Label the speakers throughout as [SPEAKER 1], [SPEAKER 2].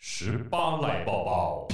[SPEAKER 1] 十八来抱抱。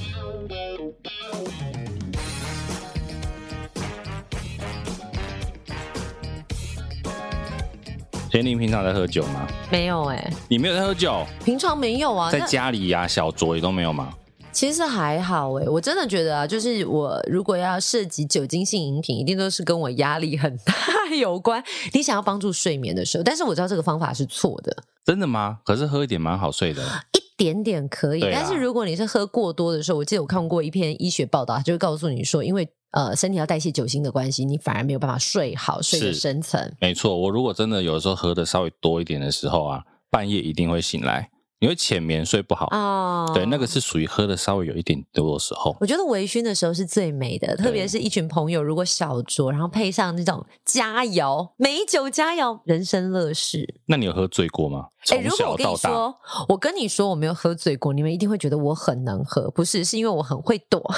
[SPEAKER 2] 田林平常在喝酒吗？
[SPEAKER 3] 没有哎、
[SPEAKER 2] 你没有在喝酒，
[SPEAKER 3] 平常没有啊。
[SPEAKER 2] 在
[SPEAKER 3] 那
[SPEAKER 2] 家里呀、小酌也都没有吗？
[SPEAKER 3] 其实还好哎、我真的觉得啊，就是我如果要涉及酒精性饮品，一定都是跟我压力很大有关。你想要帮助睡眠的时候，但是我知道这个方法是错的，
[SPEAKER 2] 真的吗？可是喝一点蛮好睡 的。
[SPEAKER 3] 一点点可以，
[SPEAKER 2] 对啊
[SPEAKER 3] 但是如果你是喝过多的时候，我记得我看过一篇医学报道，它就会告诉你说，因为呃身体要代谢酒精的关系，你反而没有办法睡好，睡得
[SPEAKER 2] 是
[SPEAKER 3] 深层。
[SPEAKER 2] 没错，我如果真的有时候喝的稍微多一点的时候啊，半夜一定会醒来，你会浅眠睡不好。
[SPEAKER 3] 哦，
[SPEAKER 2] 对，那个是属于喝的稍微有一点多的时候。
[SPEAKER 3] 我觉得微醺的时候是最美的，特别是一群朋友如果小酌，然后配上那种佳肴，美酒佳肴，人生乐事。
[SPEAKER 2] 那你有喝醉过吗？
[SPEAKER 3] 哎，
[SPEAKER 2] 从
[SPEAKER 3] 如果
[SPEAKER 2] 小
[SPEAKER 3] 我跟
[SPEAKER 2] 到
[SPEAKER 3] 你
[SPEAKER 2] 大，
[SPEAKER 3] 说，我跟你说我没有喝醉过，你们一定会觉得我很能喝，不是？是因为我很会躲，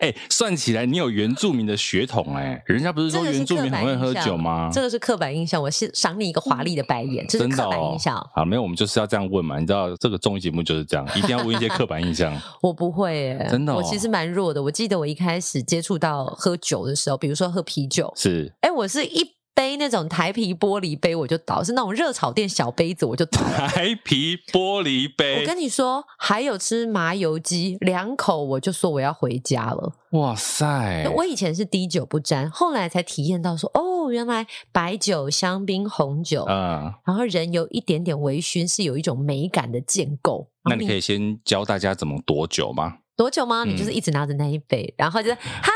[SPEAKER 2] 哎、算起来你有原住民的血统哎、人家不是
[SPEAKER 3] 这
[SPEAKER 2] 说
[SPEAKER 3] 个是
[SPEAKER 2] 原住
[SPEAKER 3] 刻
[SPEAKER 2] 民
[SPEAKER 3] 板
[SPEAKER 2] 很会喝
[SPEAKER 3] 印象
[SPEAKER 2] 酒吗？
[SPEAKER 3] 这个是刻板印象。我是赏你一个华丽的白眼，这是
[SPEAKER 2] 啊真的
[SPEAKER 3] 刻板
[SPEAKER 2] 哦
[SPEAKER 3] 印象。，
[SPEAKER 2] 好，没有，我们就是要这样问嘛。你知道这个综艺节目就是这样，一定要问一些刻板印象。
[SPEAKER 3] 我不会耶，
[SPEAKER 2] 真的哦
[SPEAKER 3] 我其实蛮弱的。我记得我一开始接触到喝酒的时候，比如说喝啤酒，
[SPEAKER 2] 是，
[SPEAKER 3] 哎，我是一杯那种台啤玻璃杯我就倒，是那种热炒店小杯子我就倒。
[SPEAKER 2] 台皮玻璃
[SPEAKER 3] 我
[SPEAKER 2] 杯，
[SPEAKER 3] 跟你说，还有吃麻油鸡，两口我就说我要回家了。
[SPEAKER 2] 哇塞！
[SPEAKER 3] 我以前是滴酒不沾，后来才体验到说，哦，原来白酒、香槟、红酒，
[SPEAKER 2] 嗯，
[SPEAKER 3] 然后人有一点点微醺是有一种美感的建构。
[SPEAKER 2] 那
[SPEAKER 3] 然后
[SPEAKER 2] 你可以先教大家怎么躲酒 吗？
[SPEAKER 3] 多久吗？
[SPEAKER 2] 嗯
[SPEAKER 3] 你就是一直拿着那一杯，然后就是哈，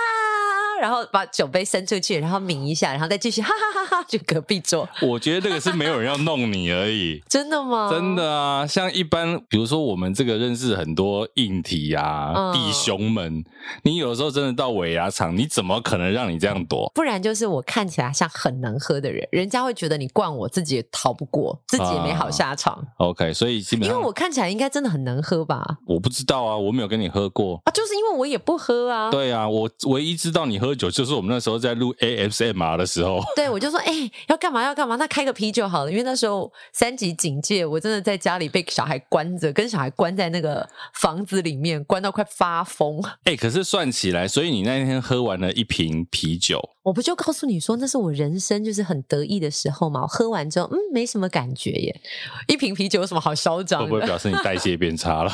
[SPEAKER 3] 然后把酒杯伸出去，然后抿一下，然后再继续哈哈哈哈去隔壁桌。
[SPEAKER 2] 我觉得那个是没有人要弄你而已。
[SPEAKER 3] 真的吗？
[SPEAKER 2] 真的啊，像一般，比如说我们这个认识很多硬体啊、
[SPEAKER 3] 嗯
[SPEAKER 2] 弟兄们，你有时候真的到尾牙场，你怎么可能让你这样躲？
[SPEAKER 3] 不然就是我看起来像很能喝的人，人家会觉得你灌我，自己也逃不过，自己也没
[SPEAKER 2] 啊
[SPEAKER 3] 好下场。
[SPEAKER 2] OK，所以基本
[SPEAKER 3] 因为
[SPEAKER 2] 上
[SPEAKER 3] 我看起来应该真的很能喝吧？
[SPEAKER 2] 我不知道啊，我没有跟你喝过。
[SPEAKER 3] 啊，就是因为我也不喝啊。
[SPEAKER 2] 对啊，我唯一知道你喝酒就是我们那时候在录 ASMR 的时候，
[SPEAKER 3] 对，我就说，哎、要干嘛要干嘛？那开个啤酒好了，因为那时候三级警戒，我真的在家里被小孩关着，跟小孩关在那个房子里面，关到快发疯。
[SPEAKER 2] 哎、可是算起来，所以你那天喝完了一瓶啤酒，
[SPEAKER 3] 我不就告诉你说，那是我人生就是很得意的时候嘛。我喝完之后，嗯，没什么感觉耶。一瓶啤酒有什么好嚣张
[SPEAKER 2] 会
[SPEAKER 3] 的？
[SPEAKER 2] 不会表示你代谢变差 了？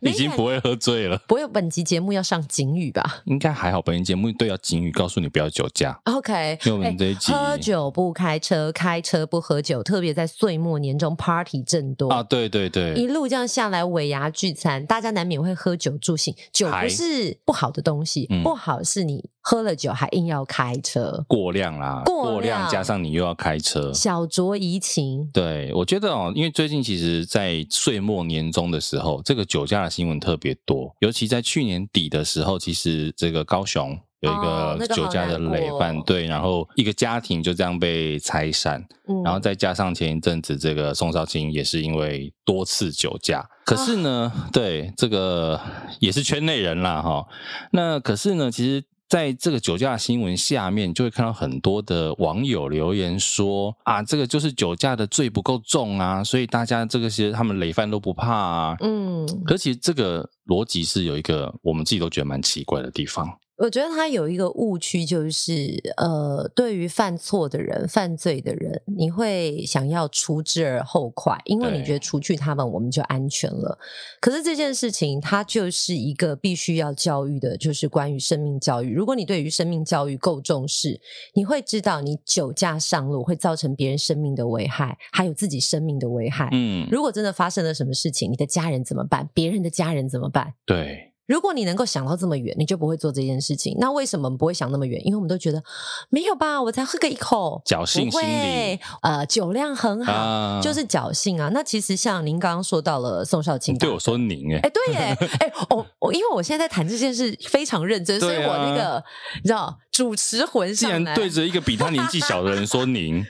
[SPEAKER 3] 没
[SPEAKER 2] 已经
[SPEAKER 3] 感
[SPEAKER 2] 不会喝醉了？
[SPEAKER 3] 不会有本集节目要上警语吧
[SPEAKER 2] 应该还好。本期节目对要警语告诉你不要酒驾，
[SPEAKER 3] ？OK，
[SPEAKER 2] 因为我们这一集、
[SPEAKER 3] 哎喝酒不开车，开车不喝酒，特别在岁末年终 party 正多。
[SPEAKER 2] 啊，对对
[SPEAKER 3] 一
[SPEAKER 2] 对，
[SPEAKER 3] 路这样下来，尾牙聚餐，大家难免会喝酒助兴。酒不
[SPEAKER 2] 还
[SPEAKER 3] 是不好的东西，
[SPEAKER 2] 嗯
[SPEAKER 3] 不好是你喝了酒还硬要开车，
[SPEAKER 2] 过量啦，
[SPEAKER 3] 过量
[SPEAKER 2] 量加上你又要开车。
[SPEAKER 3] 小酌怡情。
[SPEAKER 2] 对，我觉得哦，因为最近其实，在岁末年终的时候，这个酒驾的新闻特别多，尤其在去年底的时候，其实这个高雄有一
[SPEAKER 3] 哦
[SPEAKER 2] 个
[SPEAKER 3] 那个好
[SPEAKER 2] 酒驾的
[SPEAKER 3] 难
[SPEAKER 2] 累
[SPEAKER 3] 过
[SPEAKER 2] 犯，对，然后一个家庭就这样被拆散，
[SPEAKER 3] 嗯
[SPEAKER 2] 然后再加上前一阵子这个宋少卿也是因为多次酒驾，可是呢，
[SPEAKER 3] 啊
[SPEAKER 2] 对这个也是圈内人啦哈。那可是呢，其实在这个酒驾新闻下面，就会看到很多的网友留言说啊，这个就是酒驾的罪不够重啊，所以大家这个些他们累犯都不怕啊。
[SPEAKER 3] 嗯，
[SPEAKER 2] 可其实这个逻辑是有一个我们自己都觉得蛮奇怪的地方，
[SPEAKER 3] 我觉得他有一个误区，就是呃，对于犯错的人、犯罪的人，你会想要除之而后快，因为你
[SPEAKER 2] 对
[SPEAKER 3] 觉得除去他们，我们就安全了。可是这件事情，它就是一个必须要教育的，就是关于生命教育。如果你对于生命教育够重视，你会知道你酒驾上路会造成别人生命的危害，还有自己生命的危害。
[SPEAKER 2] 嗯，
[SPEAKER 3] 如果真的发生了什么事情，你的家人怎么办？别人的家人怎么办？
[SPEAKER 2] 对。
[SPEAKER 3] 如果你能够想到这么远，你就不会做这件事情。那为什么不会想那么远？因为我们都觉得没有吧，我才喝个一口，
[SPEAKER 2] 侥幸
[SPEAKER 3] 不
[SPEAKER 2] 心理
[SPEAKER 3] 会，呃，酒量很好，
[SPEAKER 2] 啊
[SPEAKER 3] 就是侥幸啊。那其实像您刚刚说到了宋少卿
[SPEAKER 2] 你
[SPEAKER 3] 吧，
[SPEAKER 2] 对我说您哎、
[SPEAKER 3] 哎，对耶，哎，我我因为我现在在谈这件事非常认真，所以
[SPEAKER 2] 对啊
[SPEAKER 3] 我那个你知道主持魂
[SPEAKER 2] 竟
[SPEAKER 3] 上
[SPEAKER 2] 然
[SPEAKER 3] 来，
[SPEAKER 2] 对着一个比他年纪小的人说 您，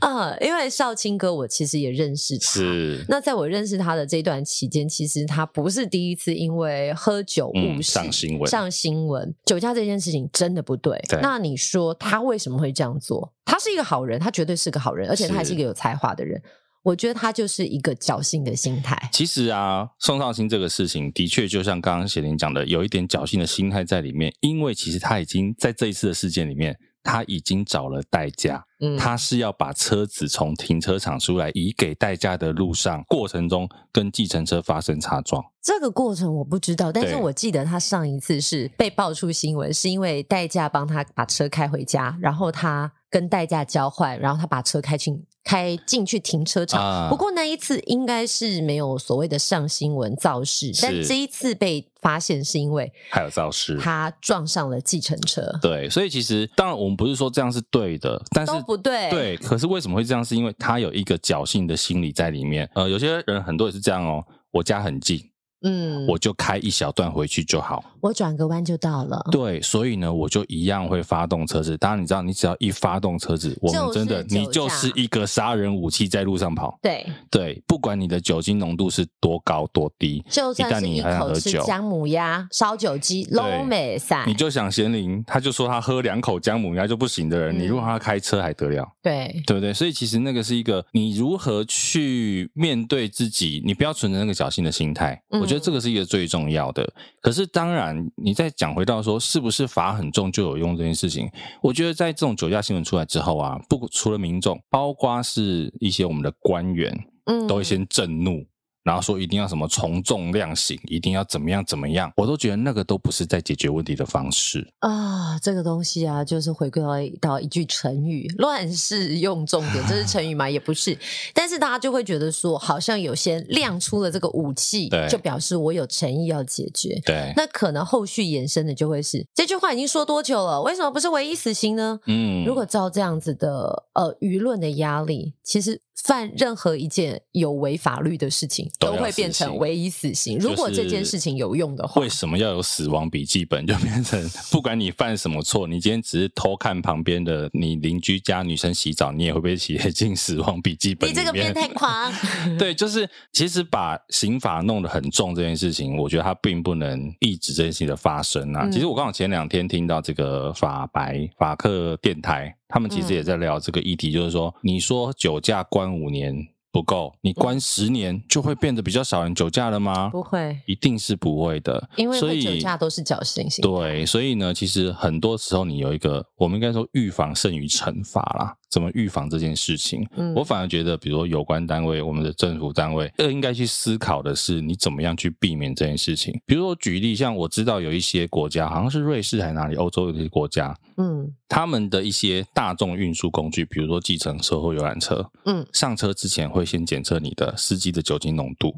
[SPEAKER 3] 呃，因为少卿哥我其实也认识他，
[SPEAKER 2] 是
[SPEAKER 3] 那在我认识他的这段期间，其实他不是第一次因为喝酒误
[SPEAKER 2] 嗯
[SPEAKER 3] 事、
[SPEAKER 2] 上新闻
[SPEAKER 3] 上新闻，酒驾这件事情真的不对。
[SPEAKER 2] 对
[SPEAKER 3] 那你说他为什么会这样做？他是一个好人，他绝对是个好人，而且他还是一
[SPEAKER 2] 是
[SPEAKER 3] 个有才华的人。我觉得他就是一个侥幸的心态。
[SPEAKER 2] 其实啊，宋少卿这个事情的确就像刚刚雪玲讲的，有一点侥幸的心态在里面，因为其实他已经在这一次的事件里面，他已经找了代驾，
[SPEAKER 3] 嗯，
[SPEAKER 2] 他是要把车子从停车场出来移给代驾的路上过程中跟计程车发生擦撞，
[SPEAKER 3] 这个过程我不知道，但是
[SPEAKER 2] 对
[SPEAKER 3] 我记得他上一次是被爆出新闻，是因为代驾帮他把车开回家，然后他跟代驾交换，然后他把车开进开进去停车场。
[SPEAKER 2] 啊
[SPEAKER 3] 不过那一次应该是没有所谓的上新闻造势，
[SPEAKER 2] 是
[SPEAKER 3] 但这一次被发现是因为
[SPEAKER 2] 还有肇事。
[SPEAKER 3] 他撞上了计程车，
[SPEAKER 2] 对，所以其实当然我们不是说这样是对的，但是
[SPEAKER 3] 都不对。
[SPEAKER 2] 对，可是为什么会这样？是因为他有一个侥幸的心理在里面。呃，有些人很多也是这样哦，我家很近，
[SPEAKER 3] 嗯，
[SPEAKER 2] 我就开一小段回去就好。
[SPEAKER 3] 我转个弯就到了。
[SPEAKER 2] 对，所以呢，我就一样会发动车子。当然，你知道，你只要一发动车子，我们真的
[SPEAKER 3] 就是酒驾
[SPEAKER 2] 你就是一个杀人武器在路上跑。
[SPEAKER 3] 对，
[SPEAKER 2] 对，不管你的酒精浓度是多高多低，
[SPEAKER 3] 就
[SPEAKER 2] 一
[SPEAKER 3] 算
[SPEAKER 2] 旦
[SPEAKER 3] 是
[SPEAKER 2] 你
[SPEAKER 3] 一
[SPEAKER 2] 还想
[SPEAKER 3] 口
[SPEAKER 2] 喝
[SPEAKER 3] 吃
[SPEAKER 2] 酒
[SPEAKER 3] 姜母鸭、烧酒鸡、龙美散
[SPEAKER 2] 你，就想贤玲，他就说他喝两口姜母鸭就不行的人，
[SPEAKER 3] 嗯
[SPEAKER 2] 你如果让他开车还得了？
[SPEAKER 3] 对，
[SPEAKER 2] 对不对？所以其实那个是一个你如何去面对自己，你不要存着那个侥幸的心态。
[SPEAKER 3] 嗯
[SPEAKER 2] 我觉得这个是一个最重要的。可是当然，你再讲回到说是不是罚很重就有用这件事情，我觉得在这种酒驾新闻出来之后啊，不除了民众，包括是一些我们的官员，
[SPEAKER 3] 嗯
[SPEAKER 2] 都会先震怒。然后说一定要什么从重量刑，一定要怎么样怎么样，我都觉得那个都不是在解决问题的方式。
[SPEAKER 3] 啊，这个东西啊，就是回归到一到一句成语“乱世用重点”，这是成语吗？也 不是，但是大家就会觉得说，好像有些亮出了这个武器
[SPEAKER 2] 对，
[SPEAKER 3] 就表示我有诚意要解决。
[SPEAKER 2] 对，
[SPEAKER 3] 那可能后续延伸的就会是这句话已经说多久了？为什么不是唯一死刑呢？
[SPEAKER 2] 嗯
[SPEAKER 3] 如果照这样子的呃舆论的压力，其实犯任何一件有违法律的事情，
[SPEAKER 2] 都
[SPEAKER 3] 都
[SPEAKER 2] 要
[SPEAKER 3] 会
[SPEAKER 2] 死
[SPEAKER 3] 变成
[SPEAKER 2] 刑
[SPEAKER 3] 唯一死刑。如果这件事情有用的话
[SPEAKER 2] 为，什么要有死亡笔记本？就 变成不管你犯什么错，你今天只是偷看旁边的你邻居家女生洗澡，你也会被写进死亡笔记本
[SPEAKER 3] 你
[SPEAKER 2] 里
[SPEAKER 3] 这
[SPEAKER 2] 面。
[SPEAKER 3] 个变态 狂。
[SPEAKER 2] 对，就是其实把刑法弄得很重这件事情，我觉得它并不能抑制这件事情的发生啊。
[SPEAKER 3] 嗯
[SPEAKER 2] 其实我刚好前两天听到这个法白法克电台，他们其实
[SPEAKER 3] 嗯
[SPEAKER 2] 也在聊这个议题，就是说，你说酒驾关五年不够，你关十年就会变得比较少人酒驾了吗？
[SPEAKER 3] 不会，
[SPEAKER 2] 一定是不会的，
[SPEAKER 3] 因为
[SPEAKER 2] 所
[SPEAKER 3] 会
[SPEAKER 2] 以
[SPEAKER 3] 酒驾都是侥幸心态。
[SPEAKER 2] 对，所以呢，其实很多时候你有一个，我们应该说预防胜于惩罚啦。怎么预防这件事情？
[SPEAKER 3] 嗯
[SPEAKER 2] 我反而觉得，比如说有关单位，我们的政府单位，更应该去思考的是，你怎么样去避免这件事情。比如说举例，像我知道有一些国家，好像是瑞士还是哪里，欧洲有一些国家，
[SPEAKER 3] 嗯
[SPEAKER 2] 他们的一些大众运输工具，比如说计程车或游览车，
[SPEAKER 3] 嗯，
[SPEAKER 2] 上车之前会先检测你的司机的酒精浓度。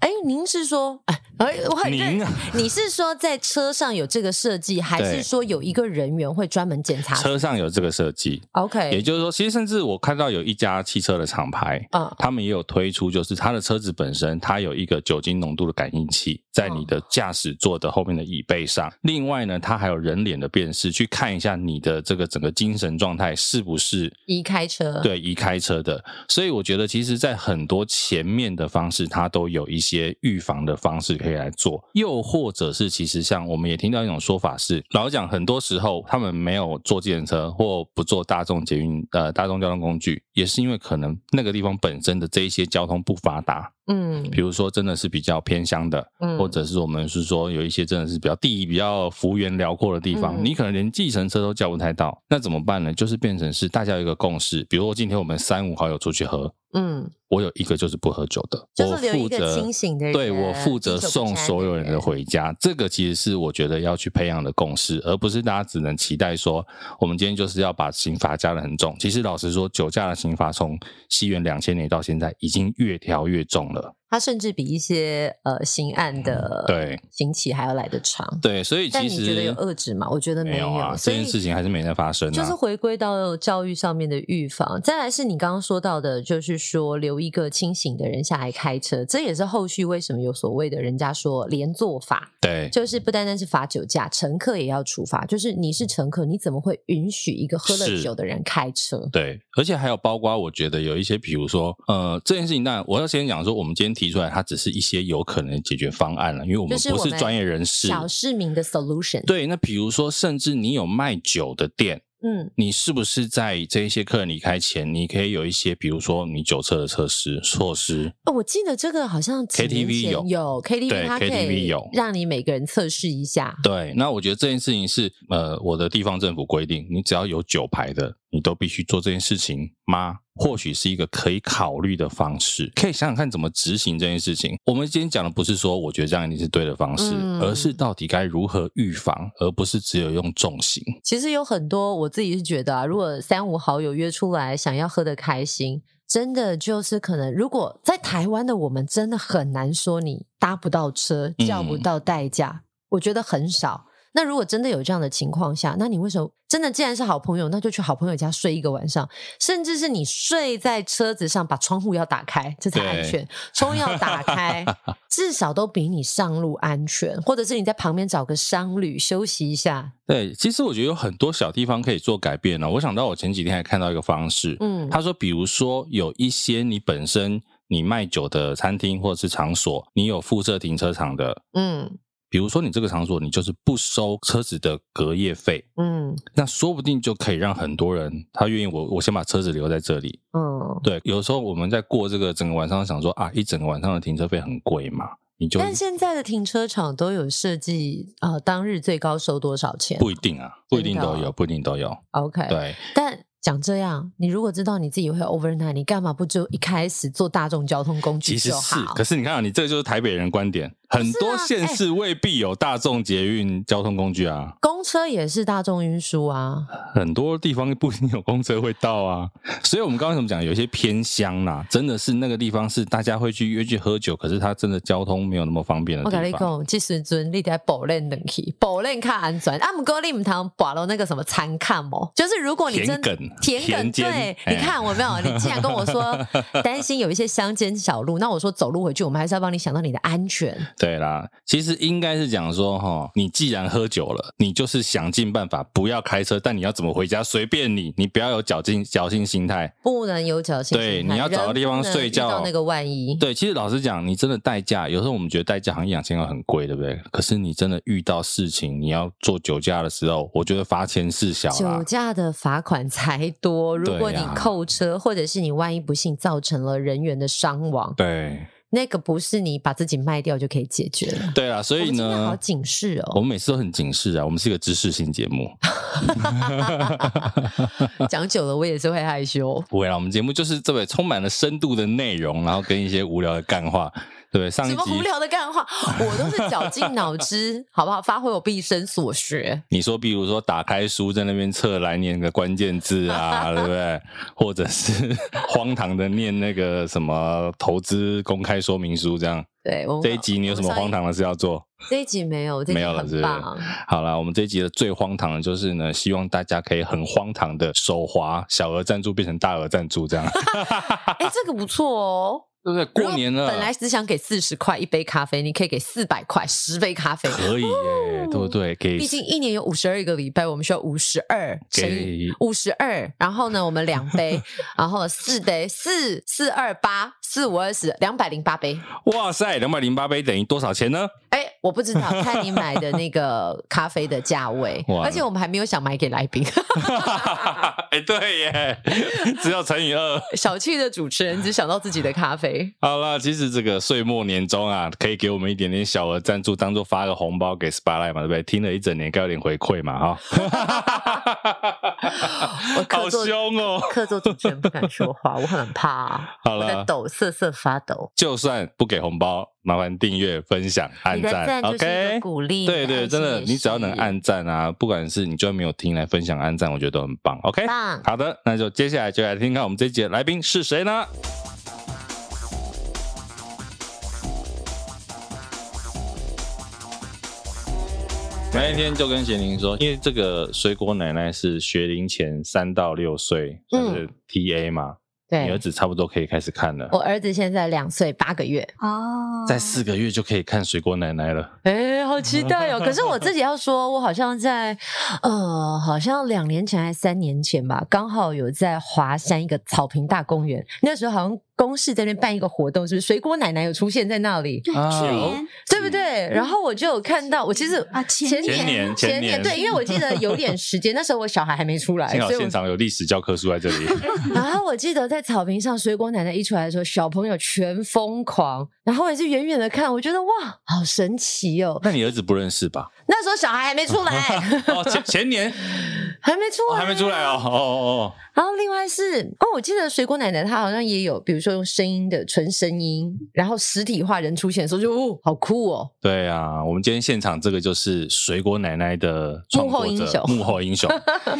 [SPEAKER 3] 哎，您是说，哎哎，我很认
[SPEAKER 2] 您啊
[SPEAKER 3] 你是说在车上有这个设计，还
[SPEAKER 2] 对
[SPEAKER 3] 是说有一个人员会专门检查
[SPEAKER 2] 车上有这个设计，也
[SPEAKER 3] ？OK，
[SPEAKER 2] 就是说，其实甚至我看到有一家汽车的厂牌，
[SPEAKER 3] 嗯
[SPEAKER 2] 他们也有推出，就是它的车子本身它有一个酒精浓度的感应器，在你的驾驶座的后面的椅背上。另外呢，它还有人脸的辨识，去看一下你的这个整个精神状态是不是
[SPEAKER 3] 移开车，，
[SPEAKER 2] 对移开车的。所以我觉得，其实，在很多前面的方式，它都有一些预防的方式可以来做。又或者是，其实像我们也听到一种说法是，老实讲，很多时候他们没有坐计程车或不坐大众捷运呃大众交通工具，也是因为可能那个地方本身的这一些交通不发达，
[SPEAKER 3] 嗯
[SPEAKER 2] 比如说真的是比较偏乡的，
[SPEAKER 3] 嗯，
[SPEAKER 2] 或者是我们是说有一些真的是比较地比较幅员辽阔的地方，
[SPEAKER 3] 嗯
[SPEAKER 2] 你可能连计程车都叫不太到，那怎么办呢？就是变成是大家有一个共识，比如说今天我们三五好友出去喝，
[SPEAKER 3] 嗯，
[SPEAKER 2] 我有一个就是不喝酒的，
[SPEAKER 3] 就是
[SPEAKER 2] 我
[SPEAKER 3] 留一
[SPEAKER 2] 负
[SPEAKER 3] 个
[SPEAKER 2] 责
[SPEAKER 3] 清醒的人
[SPEAKER 2] 对我负责
[SPEAKER 3] 滴酒不
[SPEAKER 2] 送
[SPEAKER 3] 沾
[SPEAKER 2] 所有
[SPEAKER 3] 的
[SPEAKER 2] 人的
[SPEAKER 3] 人
[SPEAKER 2] 回家，这个其实是我觉得要去培养的共识，而不是大家只能期待说我们今天就是要把刑罚加的很重。其实老实说，酒驾的刑罚从西元两千年到现在已经越调越重了，
[SPEAKER 3] 他甚至比一些呃刑案的
[SPEAKER 2] 嗯对。
[SPEAKER 3] 刑期还要来得长。
[SPEAKER 2] 对，所以
[SPEAKER 3] 但
[SPEAKER 2] 其
[SPEAKER 3] 你
[SPEAKER 2] 实
[SPEAKER 3] 觉得有遏制吗？我觉得
[SPEAKER 2] 没有啊，这
[SPEAKER 3] 所以
[SPEAKER 2] 件事情还是没在发生啊。
[SPEAKER 3] 就是回归到教育上面的预防，再来是你刚刚说到的，就是说留一个清醒的人下来开车，这也是后续为什么有所谓的人家说连坐法，
[SPEAKER 2] 对
[SPEAKER 3] 就是不单单是罚酒驾，乘客也要处罚。就是你是乘客，你怎么会允许一个喝了
[SPEAKER 2] 是
[SPEAKER 3] 酒的人开车？
[SPEAKER 2] 对，而且还有包括我觉得有一些，比如说呃，这件事情，当然我要先讲说，我们今天提出来，它只是一些有可能的解决方案了，因为我们
[SPEAKER 3] 就是
[SPEAKER 2] 不
[SPEAKER 3] 我
[SPEAKER 2] 是
[SPEAKER 3] 们
[SPEAKER 2] 专业人士。
[SPEAKER 3] 小市民的 solution，
[SPEAKER 2] 对，那比如说，甚至你有卖酒的店，
[SPEAKER 3] 嗯
[SPEAKER 2] 你是不是在这一些客人离开前，你可以有一些，比如说你酒测的测试措施，
[SPEAKER 3] 哦我记得这个好像几年
[SPEAKER 2] KTV
[SPEAKER 3] 前
[SPEAKER 2] 有
[SPEAKER 3] 有 KTV，
[SPEAKER 2] 对
[SPEAKER 3] 它可
[SPEAKER 2] KTV
[SPEAKER 3] 以
[SPEAKER 2] 有
[SPEAKER 3] 让你每个人测试一下。
[SPEAKER 2] 对，那我觉得这件事情是呃，我的地方政府规定，你只要有酒牌的，你都必须做这件事情吗？或许是一个可以考虑的方式，可以想想看怎么执行这件事情。我们今天讲的不是说我觉得这样一定是对的方式，
[SPEAKER 3] 嗯
[SPEAKER 2] 而是到底该如何预防，而不是只有用重刑。
[SPEAKER 3] 其实有很多我自己是觉得、啊，如果三五好友约出来想要喝得开心，真的就是可能，如果在台湾的我们真的很难说你搭不到车、
[SPEAKER 2] 嗯
[SPEAKER 3] 叫不到代驾，我觉得很少。那如果真的有这样的情况下，那你为什么真的既然是好朋友，那就去好朋友家睡一个晚上，甚至是你睡在车子上，把窗户要打开，这才安
[SPEAKER 2] 对
[SPEAKER 3] 全，窗户要 打开，至少都比你上路安全，或者是你在旁边找个商旅休息一下，
[SPEAKER 2] 对，其实我觉得有很多小地方可以做改变呢、啊我想到我前几天还看到一个方式，
[SPEAKER 3] 嗯。
[SPEAKER 2] 他说，比如说有一些你本身你卖酒的餐厅或者是场所，你有附设停车场的，
[SPEAKER 3] 嗯
[SPEAKER 2] 比如说你这个场所，你就是不收车子的隔夜费，
[SPEAKER 3] 嗯
[SPEAKER 2] 那说不定就可以让很多人他愿意我我先把车子留在这里。
[SPEAKER 3] 嗯，
[SPEAKER 2] 对，有时候我们在过这个整个晚上，想说啊，一整个晚上的停车费很贵嘛，你就
[SPEAKER 3] 但现在的停车场都有设计，呃，当日最高收多少钱
[SPEAKER 2] 不一定啊，不一定
[SPEAKER 3] 真的哦
[SPEAKER 2] 都有，不一定都有。
[SPEAKER 3] ？OK，
[SPEAKER 2] 对，
[SPEAKER 3] 但讲这样，你如果知道你自己会 overnight，你干嘛不就一开始坐大众交通工具
[SPEAKER 2] 其实，
[SPEAKER 3] 就是好
[SPEAKER 2] 可？是你看啊，你这个就是台北人观点，很
[SPEAKER 3] 啊
[SPEAKER 2] 多县
[SPEAKER 3] 哎
[SPEAKER 2] 市未必有大众捷运交通工具啊，
[SPEAKER 3] 公车也是大众运输啊，
[SPEAKER 2] 很多地方不一定有公车会到啊， 所以我们刚刚怎么讲，有一些偏乡啦，真的是那个地方是大家会去约去喝酒，可是它真的交通没有那么方便的
[SPEAKER 3] 我跟
[SPEAKER 2] 地
[SPEAKER 3] 你
[SPEAKER 2] 方。
[SPEAKER 3] 讲，哦即时阵你得保练等去，保练较安全。啊，不过你唔通保了那个什么残看哦，就是如果你真
[SPEAKER 2] 田埂
[SPEAKER 3] 田埂
[SPEAKER 2] 田间
[SPEAKER 3] 对，
[SPEAKER 2] 哎
[SPEAKER 3] 你看我 没有，你既然跟我说担心有一些乡间小路，那我说走路回去，我们还是要帮你想到你的安全。
[SPEAKER 2] 对啦，其实应该是讲说哈，你既然喝酒了，你就是想尽办法不要开车，但你要怎么回家随便你，你不要有侥幸侥幸心态。
[SPEAKER 3] 不能有侥幸心态。
[SPEAKER 2] 对你要找个地方睡觉
[SPEAKER 3] 人不能遇到那个万一。
[SPEAKER 2] 对，其实老实讲，你真的代驾，有时候我们觉得代驾好像一两千块很贵，对不对？可是你真的遇到事情，你要做酒驾的时候，我觉得罚钱事小啦
[SPEAKER 3] 酒。驾的罚款才多，如果你
[SPEAKER 2] 啊对呀
[SPEAKER 3] 扣车，或者是你万一不幸造成了人员的伤亡，
[SPEAKER 2] 对
[SPEAKER 3] 那个不是你把自己卖掉就可以解决的。
[SPEAKER 2] 对啦，所
[SPEAKER 3] 我
[SPEAKER 2] 以
[SPEAKER 3] 们今天好
[SPEAKER 2] 呢，
[SPEAKER 3] 警示
[SPEAKER 2] 我
[SPEAKER 3] 哦，
[SPEAKER 2] 们每次都很警示啊，我们是一个知识型节目。
[SPEAKER 3] 讲久了我也是会害羞。
[SPEAKER 2] 不会啦，我们节目就是这位充满了深度的内容，然后跟一些无聊的干话，对不对？上一
[SPEAKER 3] 什么
[SPEAKER 2] 集
[SPEAKER 3] 无聊的干话，我都是绞尽脑汁， 好不好？发挥我毕生所学。
[SPEAKER 2] 你说，比如说打开书在那边测来年的关键字 啊，对不对？或者是荒唐的念那个什么投资公开说明书这样。
[SPEAKER 3] 对我们
[SPEAKER 2] 这一集你有什么
[SPEAKER 3] 啊
[SPEAKER 2] 荒？唐的事要做？
[SPEAKER 3] 这一集没有，这一集
[SPEAKER 2] 没有了
[SPEAKER 3] 很
[SPEAKER 2] 是不是
[SPEAKER 3] 棒
[SPEAKER 2] 好啦，我们这一集的最荒唐的就是呢，希望大家可以很荒唐的手滑小额赞助变成大额赞助这样，
[SPEAKER 3] 哎，这个不错哦。
[SPEAKER 2] 对不对？过年了，
[SPEAKER 3] 本来只想给四十块一杯咖啡，你可以给四百块十杯咖啡。
[SPEAKER 2] 可以耶，对不对？给
[SPEAKER 3] 哦毕竟一年有五十二个礼拜，我们需要五十二乘以
[SPEAKER 2] 给
[SPEAKER 3] 五十二，然后呢，我们两 杯，然后四杯四四二八四五二十两百零八杯。
[SPEAKER 2] 哇塞，两百零八杯等于多少钱呢？
[SPEAKER 3] 哎，我不知道，看你买的那个咖啡的价位，
[SPEAKER 2] 哇哦
[SPEAKER 3] 而且我们还没有想买给来宾。
[SPEAKER 2] 哎，对耶， 只有乘以二。
[SPEAKER 3] 小气的主持人只想到自己的咖啡。
[SPEAKER 2] 好啦，其实这个岁末年终啊，可以给我们一点点小额赞助，当做发个红包给 Spotlight 嘛，对不对？听了一整年，该有点回馈嘛，哈、好
[SPEAKER 3] 我客座
[SPEAKER 2] 凶哦！
[SPEAKER 3] 客座主持人不敢说话，我很怕、啊
[SPEAKER 2] 好
[SPEAKER 3] 我在
[SPEAKER 2] 了，
[SPEAKER 3] 抖，瑟瑟发抖。
[SPEAKER 2] 就算不给红包，麻烦订阅、分享、按
[SPEAKER 3] 你的
[SPEAKER 2] 赞
[SPEAKER 3] 赞就是一个
[SPEAKER 2] ，OK？
[SPEAKER 3] 鼓励，
[SPEAKER 2] 对对，真的，
[SPEAKER 3] 你的爱心也是
[SPEAKER 2] 你只要能按赞啊，不管是你就算没有听来分享按赞，我觉得都很棒，OK？
[SPEAKER 3] 棒。
[SPEAKER 2] 好的，那就接下来就来听看我们这一集的来宾是谁呢？那一天就跟贤玲说，因为这个水果奶奶是学龄前三到六岁，算是 TA 嘛，你儿
[SPEAKER 3] 对，
[SPEAKER 2] 子差不多可以开始看了，
[SPEAKER 3] 我儿子现在两岁八个月，
[SPEAKER 4] 哦，
[SPEAKER 2] 在四个月就可以看水果奶奶了。
[SPEAKER 3] 哎，好期待 哦！可是我自己要说，我好像在呃，好像两年前还是三年前吧，刚好有在华山一个草坪大公园，那时候好像公视在那边办一个活动，是不是水果奶奶有出现在那里？
[SPEAKER 2] 啊
[SPEAKER 4] 去年
[SPEAKER 3] 对不对？然后我就有看到，我其实
[SPEAKER 4] 啊前
[SPEAKER 3] 前
[SPEAKER 4] 年
[SPEAKER 3] 年
[SPEAKER 2] 前
[SPEAKER 3] 前
[SPEAKER 2] 年
[SPEAKER 3] 对，因为我记得 有点时间，那时候我小孩还没出来，
[SPEAKER 2] 幸好
[SPEAKER 3] 所以
[SPEAKER 2] 现
[SPEAKER 3] 我。
[SPEAKER 2] 场有历史教科书在这里，
[SPEAKER 3] 然后啊我记得在草坪上，水果奶奶一出来的时候，小朋友全疯狂。然后我也是远远的看，我觉得哇，好神奇哦！
[SPEAKER 2] 那你儿子不认识吧？
[SPEAKER 3] 那时候小孩还没出 来，
[SPEAKER 2] 哦，前前年
[SPEAKER 3] 还没出
[SPEAKER 2] 哦
[SPEAKER 3] 来、
[SPEAKER 2] 还没出来哦，。哦哦
[SPEAKER 3] 然后另外是哦，我记得水果奶奶她好像也有，比如说用声音的纯声音，然后实体化人出现的时候就哦，好酷哦
[SPEAKER 2] 哦，，对啊，我们今天现场这个就是水果奶奶的创作者
[SPEAKER 3] 幕
[SPEAKER 2] 幕后英 雄，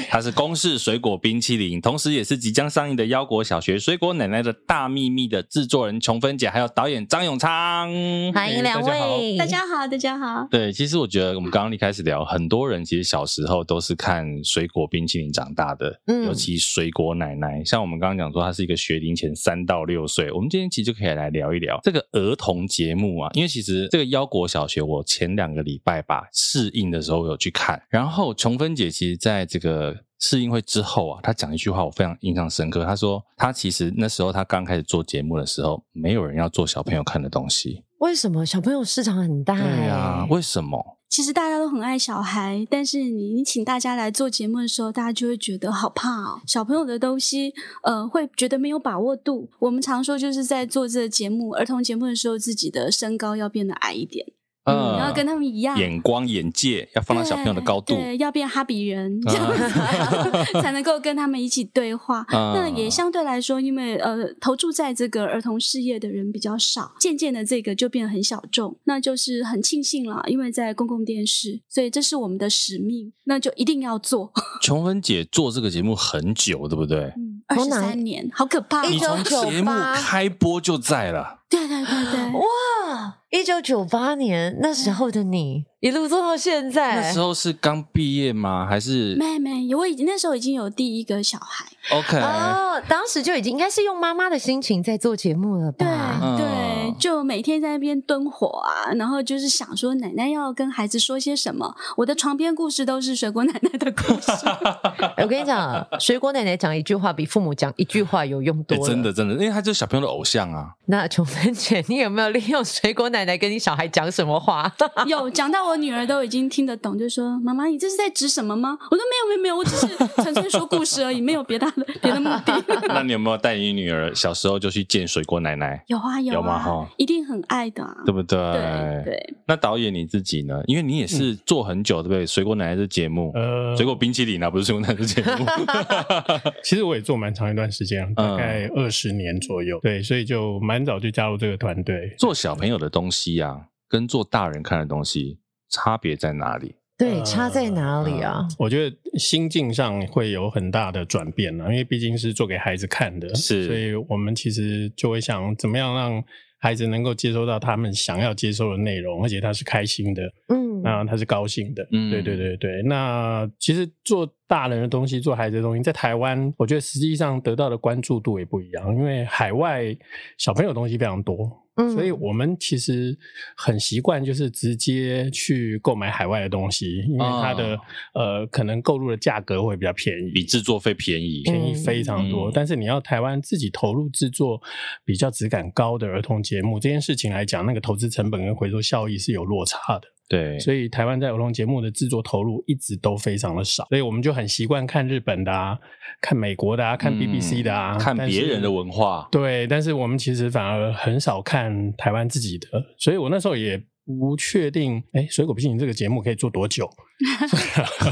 [SPEAKER 2] 他是公式水果冰淇淋，同时也是即将上映的《腰果小学水果奶奶的大秘密》的制作人琼芬姐，还有导演张永昌，
[SPEAKER 3] 欢迎
[SPEAKER 2] 哎
[SPEAKER 3] 两。
[SPEAKER 2] 大家好
[SPEAKER 3] 位，
[SPEAKER 4] 大家好，大家好。
[SPEAKER 2] 对，其实我觉得我们刚刚一开始聊，很多人其实小时候都是看水果冰淇淋长大的，
[SPEAKER 3] 嗯
[SPEAKER 2] 尤其水果奶奶。像我们刚刚讲说，她是一个学龄前三到六岁，我们今天其实就可以来聊一聊这个儿童节目啊，因为其实这个腰果小学，我前两个礼拜吧试映的时候有去看，然后琼芬姐其实在这个。试映会之后啊，她讲一句话我非常印象深刻。她说，她其实那时候她刚开始做节目的时候，没有人要做小朋友看的东西。
[SPEAKER 3] 为什么小朋友市场很大、
[SPEAKER 2] 对啊呀、
[SPEAKER 3] 哎
[SPEAKER 2] 为什么？
[SPEAKER 4] 其实大家都很爱小孩，但是你你请大家来做节目的时候，大家就会觉得好怕哦。小朋友的东西，呃，会觉得没有把握度。我们常说就是在做这个节目，儿童节目的时候，自己的身高要变得矮一点，
[SPEAKER 2] 嗯
[SPEAKER 4] 你要跟他们一样。
[SPEAKER 2] 眼光、眼界要放到小朋友的高度
[SPEAKER 4] 对，。对要变哈比人，
[SPEAKER 2] 啊
[SPEAKER 4] 这样子 才能够跟他们一起对话。
[SPEAKER 2] 啊
[SPEAKER 4] 那也相对来说，因为呃，投注在这个儿童事业的人比较少，渐渐的这个就变得很小众，那就是很庆幸了，因为在公共电视，所以这是我们的使命，那就一定要做。
[SPEAKER 2] 琼芬姐做这个节目很久，对不对？
[SPEAKER 4] 嗯，二
[SPEAKER 3] 好
[SPEAKER 4] 十
[SPEAKER 3] 难
[SPEAKER 4] 三年，好可怕哦！
[SPEAKER 2] 你从节目开播就在了，
[SPEAKER 4] 对对对对，
[SPEAKER 2] 嗯
[SPEAKER 3] 哇！一九九八年那时候的你，一路做到现在，
[SPEAKER 2] 那时候是刚毕业吗？还是
[SPEAKER 4] 妹妹，我已经那时候已经有第一个小孩，
[SPEAKER 2] OK？
[SPEAKER 3] 哦，当时就已经应该是用妈妈的心情在做节目了
[SPEAKER 4] 对、啊
[SPEAKER 3] 吧？
[SPEAKER 2] 嗯
[SPEAKER 4] 对，就每天在那边蹲火啊，然后就是想说奶奶要跟孩子说些什么。我的床边故事都是水果奶奶的故事，
[SPEAKER 3] 我跟你讲，水果奶奶讲一句话比父母讲一句话有用多
[SPEAKER 2] 哎
[SPEAKER 3] 了。
[SPEAKER 2] 真的，真的，因为她就是小朋友的偶像 啊。
[SPEAKER 3] 那琼芬姐，你有没有利用水果奶奶跟你小孩讲什么话？
[SPEAKER 4] 有讲到我女儿都已经听得懂，就说妈妈，你这是在指什么吗？我说没有没有没有，我只是纯粹说故事而已，没有别的别的目 的。
[SPEAKER 2] 那你有没有带你女儿小时候就去见水果奶奶？
[SPEAKER 4] 有啊有
[SPEAKER 2] 有吗
[SPEAKER 4] 啊，
[SPEAKER 2] 哈
[SPEAKER 4] 一定很爱的、啊。
[SPEAKER 2] 对不对？
[SPEAKER 4] 对对，
[SPEAKER 2] 那导演你自己呢？因为你也是做很久，对不对？水果奶奶这节目，
[SPEAKER 5] 呃，
[SPEAKER 2] 水果冰淇淋啊，不是水果奶奶这节 目。
[SPEAKER 5] 其实我也做蛮长一段时间啊，大
[SPEAKER 2] 嗯
[SPEAKER 5] 概二十年左右。对，所以就蛮早就加入这个团队。
[SPEAKER 2] 做小朋友的东西啊，跟做大人看的东西差别在哪里？
[SPEAKER 3] 对，
[SPEAKER 5] 呃
[SPEAKER 3] 差在哪里啊？
[SPEAKER 5] 我觉得心境上会有很大的转变啦，因为毕竟是做给孩子看的，
[SPEAKER 2] 是
[SPEAKER 5] 所以我们其实就会想怎么样让孩子能够接收到他们想要接收的内容，而且他是开心的，
[SPEAKER 3] 嗯，
[SPEAKER 5] 那他是高兴的。
[SPEAKER 2] 嗯
[SPEAKER 5] 对对对对。那其实做大人的东西，做孩子的东西，在台湾，我觉得实际上得到的关注度也不一样，因为海外小朋友的东西非常多，
[SPEAKER 3] 嗯
[SPEAKER 5] 所以我们其实很习惯就是直接去购买海外的东西，因为它
[SPEAKER 2] 哦
[SPEAKER 5] 的、呃可能购入的价格会比较便宜，
[SPEAKER 2] 比制作费便宜。
[SPEAKER 5] 便宜非常多。
[SPEAKER 2] 嗯
[SPEAKER 5] 但是你要台湾自己投入制作比较质感高的儿童节目这件事情来讲，那个投资成本跟回收效益是有落差的。
[SPEAKER 2] 对，
[SPEAKER 5] 所以台湾在儿童节目的制作投入一直都非常的少，所以我们就很习惯看日本的啊，看美国的啊，看
[SPEAKER 2] 嗯
[SPEAKER 5] BBC 的啊，
[SPEAKER 2] 看
[SPEAKER 5] 但是
[SPEAKER 2] 别人的文化
[SPEAKER 5] 对，但是我们其实反而很少看台湾自己的，所以我那时候也不确定，哎，水果冰淇淋这个节目可以做多久？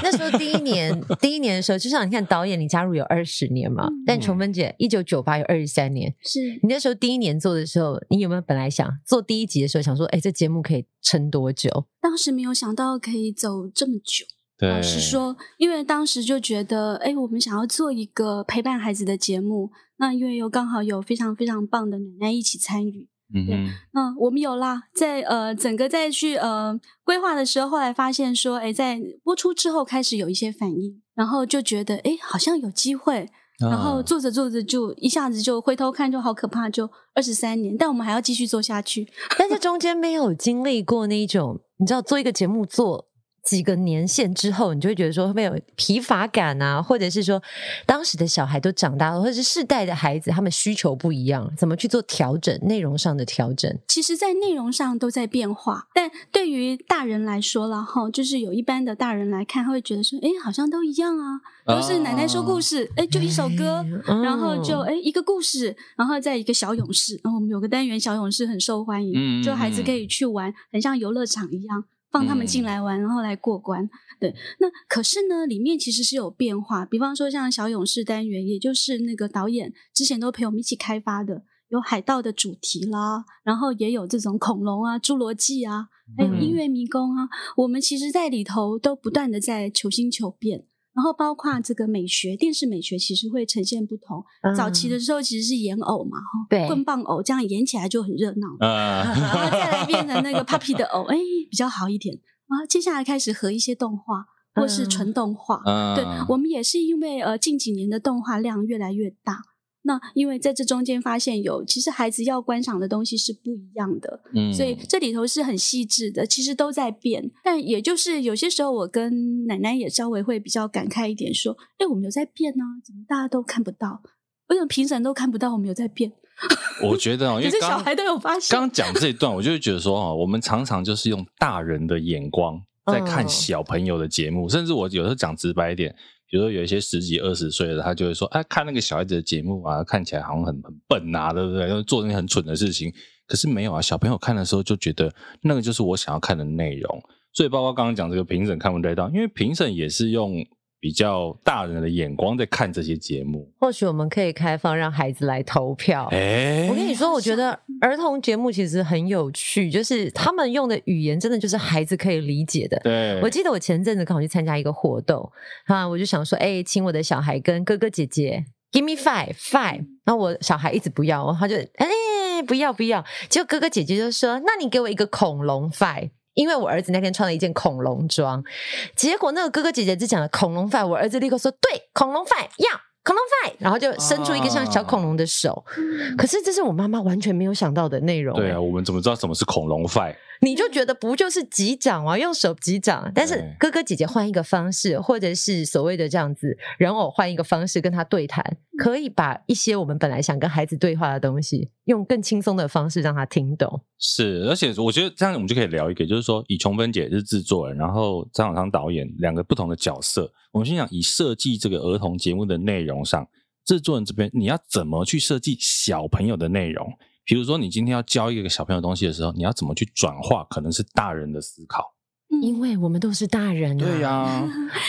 [SPEAKER 3] 那时候第一 年，第一年的时候，就像你看导演，你加入有二十年嘛，但琼芬姐一九九八有二十三年。
[SPEAKER 4] 是
[SPEAKER 3] 你那时候第一年做的时候，你有没有本来想做第一集的时候想说，哎、这节目可以撑多久？
[SPEAKER 4] 当时没有想到可以走这么久。
[SPEAKER 2] 对，
[SPEAKER 4] 老实说，因为当时就觉得，哎，我们想要做一个陪伴孩子的节目，那因为又刚好有非常非常棒的奶奶一起参与，
[SPEAKER 2] 嗯哼，
[SPEAKER 4] 嗯，我们有啦，在呃整个在去呃规划的时候，后来发现说，哎，在播出之后开始有一些反应，然后就觉得，哎，好像有机会，然后
[SPEAKER 2] 啊
[SPEAKER 4] 做着做着就一下子就回头看，就好可怕，就二十三年，但我们还要继续做下去，
[SPEAKER 3] 但是中间没有经历过那一种，你知道做一个节目做几个年限之后，你就会觉得说会不会有疲乏感啊，或者是说当时的小孩都长大了，或者是世代的孩子他们需求不一样，怎么去做调整，内容上的调整？
[SPEAKER 4] 其实，在内容上都在变化，但对于大人来说了哈，就是有一般的大人来看，他会觉得说，哎，好像都一样啊，都是奶奶说故事，哎、就一首歌，
[SPEAKER 2] 哦
[SPEAKER 3] 嗯
[SPEAKER 4] 然后就哎一个故事，然后再一个小勇士，嗯然后我们有个单元小勇士很受欢迎，
[SPEAKER 2] 嗯嗯
[SPEAKER 4] 就孩子
[SPEAKER 2] 嗯
[SPEAKER 4] 可以去玩，很像游乐场一样。放他们进来玩，然后来过关。对，那可是呢，里面其实是有变化。比方说，像小勇士单元，也就是那个导演之前都陪我们一起开发的，有海盗的主题啦，然后也有这种恐龙啊、侏罗纪啊，还有
[SPEAKER 3] 嗯
[SPEAKER 4] 音乐迷宫啊。我们其实在里头都不断的在求新求变。然后包括这个美学，电视美学其实会呈现不同。早期的时候其实是演偶嘛，哈
[SPEAKER 3] 嗯对
[SPEAKER 4] 棍棒偶这样演起来就很 热闹， 然后
[SPEAKER 2] 呃，
[SPEAKER 4] 再来变成那个 Papi 的偶，哎，比较好一点。然后接下来开始合一些动画或是纯动画，
[SPEAKER 2] 嗯
[SPEAKER 4] 对我们也是因为呃近几年的动画量越来越大。那因为在这中间发现有，其实孩子要观赏的东西是不一样的，
[SPEAKER 2] 嗯
[SPEAKER 4] 所以这里头是很细致的，其实都在变。但也就是有些时候，我跟奶奶也稍微会比较感慨一点，说：“哎，我们有在变呢、怎么大家都看不到？为什么评审都看不到我们有在变？
[SPEAKER 2] 我觉得哦，因
[SPEAKER 4] 可
[SPEAKER 2] 为
[SPEAKER 4] 是
[SPEAKER 2] 刚
[SPEAKER 4] 小孩都有发现。
[SPEAKER 2] 刚讲这一段，我就会觉得说哦，我们常常就是用大人的眼光在看小朋友的节目，甚至我有时候讲直白一点，比如说有一些十几二十岁的，他就会说，哎，看那个小孩子的节目啊，看起来好像很很笨啊，对不对？要做那些很蠢的事情。可是没有啊，小朋友看的时候就觉得那个就是我想要看的内容，所以包括刚刚讲这个评审看不待到，因为评审也是用比较大人的眼光在看这些节目。
[SPEAKER 3] 或许我们可以开放让孩子来投票。
[SPEAKER 2] 哎、
[SPEAKER 3] 我跟你说，我觉得儿童节目其实很有趣，就是他们用的语言真的就是孩子可以理解的。
[SPEAKER 2] 对，
[SPEAKER 3] 我记得我前阵子刚好去参加一个活动啊，我就想说，哎、请我的小孩跟哥哥姐姐，give me five
[SPEAKER 2] 嗯
[SPEAKER 3] five。然后我小孩一直不要，然后他就哎、不要不要。结果哥哥姐姐就说，那你给我一个恐龙 five。因为我儿子那天穿了一件恐龙装，结果那个哥哥姐姐只讲了恐龙 five，我儿子立刻说对，恐龙 five 要恐龙 five，然后就伸出一个像小
[SPEAKER 2] 啊
[SPEAKER 3] 恐龙的手。可是这是我妈妈完全没有想到的内容、
[SPEAKER 2] 对
[SPEAKER 3] 哎
[SPEAKER 2] 啊，我们怎么知道什么是恐龙派？
[SPEAKER 3] 你就觉得不就是击掌啊，用手击掌，但是
[SPEAKER 2] 对
[SPEAKER 3] 哥哥姐姐换一个方式，或者是所谓的这样子人偶换一个方式跟他对谈，
[SPEAKER 4] 嗯
[SPEAKER 3] 可以把一些我们本来想跟孩子对话的东西，用更轻松的方式让他听懂。
[SPEAKER 2] 是，而且我觉得这样我们就可以聊一个，就是说以琼芬姐是制作人，然后张小昌导演两个不同的角色。我们先讲以设计这个儿童节目的内容上，制作人这边你要怎么去设计小朋友的内容？比如说你今天要教一个小朋友东西的时候，你要怎么去转化可能是大人的思考？
[SPEAKER 4] 嗯
[SPEAKER 3] 因为我们都是大人、啊，
[SPEAKER 2] 对呀、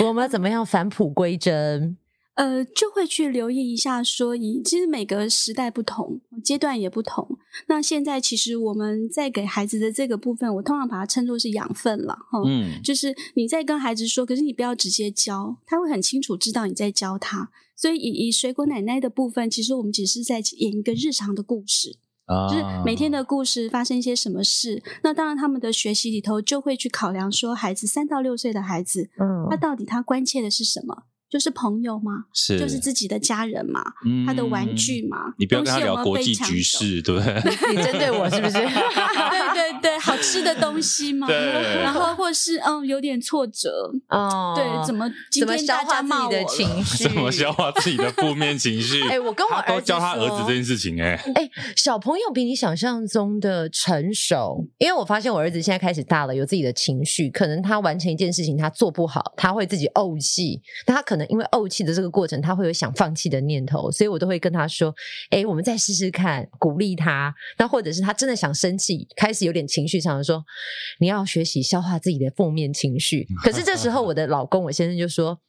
[SPEAKER 3] 我们要怎么样返璞归 真？
[SPEAKER 4] 呃，就会去留意一下说以，其实每个时代不同，阶段也不同。那现在其实我们在给孩子的这个部分，我通常把它称作是养分了，哈、
[SPEAKER 2] 嗯，
[SPEAKER 4] 就是你在跟孩子说，可是你不要直接教，他会很清楚知道你在教他。所以以以水果奶奶的部分，其实我们只是在演一个日常的故事，
[SPEAKER 2] 啊
[SPEAKER 4] 就是每天的故事发生一些什么事。那当然，他们的学习里头就会去考量说，孩子三到六岁的孩子，
[SPEAKER 3] 嗯
[SPEAKER 4] 他，到底他关切的是什么？就是朋友吗？
[SPEAKER 2] 是
[SPEAKER 4] 就是自己的家人嘛，
[SPEAKER 2] 嗯
[SPEAKER 4] 他的玩具嘛，
[SPEAKER 2] 你不要跟他
[SPEAKER 4] 东西有
[SPEAKER 2] 聊
[SPEAKER 4] 没有
[SPEAKER 2] 国
[SPEAKER 4] 被
[SPEAKER 2] 际
[SPEAKER 4] 抢
[SPEAKER 2] 局
[SPEAKER 4] 走。
[SPEAKER 2] 势，对不对？
[SPEAKER 3] 你针对我是不是？
[SPEAKER 4] 对对对，好吃的东西嘛，
[SPEAKER 2] 对
[SPEAKER 4] 然后或是嗯有点挫折，
[SPEAKER 3] 哦，
[SPEAKER 4] 对，怎么今
[SPEAKER 3] 怎么
[SPEAKER 4] 天
[SPEAKER 3] 消
[SPEAKER 4] 大
[SPEAKER 3] 化
[SPEAKER 4] 家
[SPEAKER 3] 自
[SPEAKER 4] 骂
[SPEAKER 3] 己
[SPEAKER 4] 我
[SPEAKER 3] 的
[SPEAKER 4] 了？
[SPEAKER 3] 情绪？
[SPEAKER 2] 怎么消化自己的负面情绪？
[SPEAKER 3] 哎我跟我
[SPEAKER 2] 他
[SPEAKER 3] 儿
[SPEAKER 2] 都
[SPEAKER 3] 子
[SPEAKER 2] 教他儿子
[SPEAKER 3] 说
[SPEAKER 2] 这件事情、哎，
[SPEAKER 3] 哎、小朋友比你想象中的成熟，因为我发现我儿子现在开始大了，有自己的情绪，可能他完成一件事情他做不好，他会自己怄气，那他可能因为怄气的这个过程，他会有想放弃的念头，所以我都会跟他说，哎、我们再试试看，鼓励他，那或者是他真的想生气，开始有点情绪上的说，你要学习消化自己的负面情绪。可是这时候，我的老公，我先生就说：“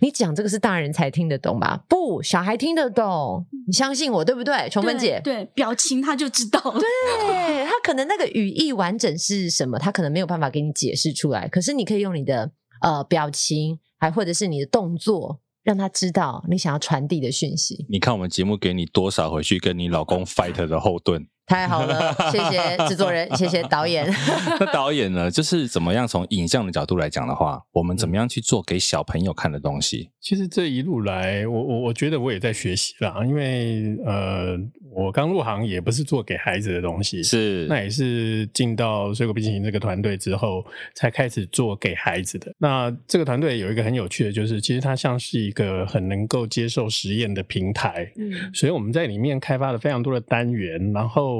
[SPEAKER 3] 你讲这个是大人才听得懂吧？不，小孩听得懂，你相信我，对不对，琼芬姐？”
[SPEAKER 4] 对对表情他就知道了。
[SPEAKER 3] 对他可能那个语义完整是什么，他可能没有办法给你解释出来，可是你可以用你的呃表情，还或者是你的动作，让他知道你想要传递的讯息。
[SPEAKER 2] 你看我们节目给你多少回去跟你老公 fight 的后盾？
[SPEAKER 3] 太 好了，谢谢制作人，谢谢导演。
[SPEAKER 2] 那导演呢，就是怎么样从影像的角度来讲的话，我们怎么样去做给小朋友看的东西？
[SPEAKER 5] 其实这一路来，我我我觉得我也在学习啦，因为呃，我刚入行也不是做给孩子的东西，
[SPEAKER 2] 是
[SPEAKER 5] 那也是进到水果冰淇淋这个团队之后，才开始做给孩子的。那这个团队有一个很有趣的，就是其实它像是一个很能够接受实验的平台，
[SPEAKER 4] 嗯
[SPEAKER 5] 所以我们在里面开发了非常多的单元，然后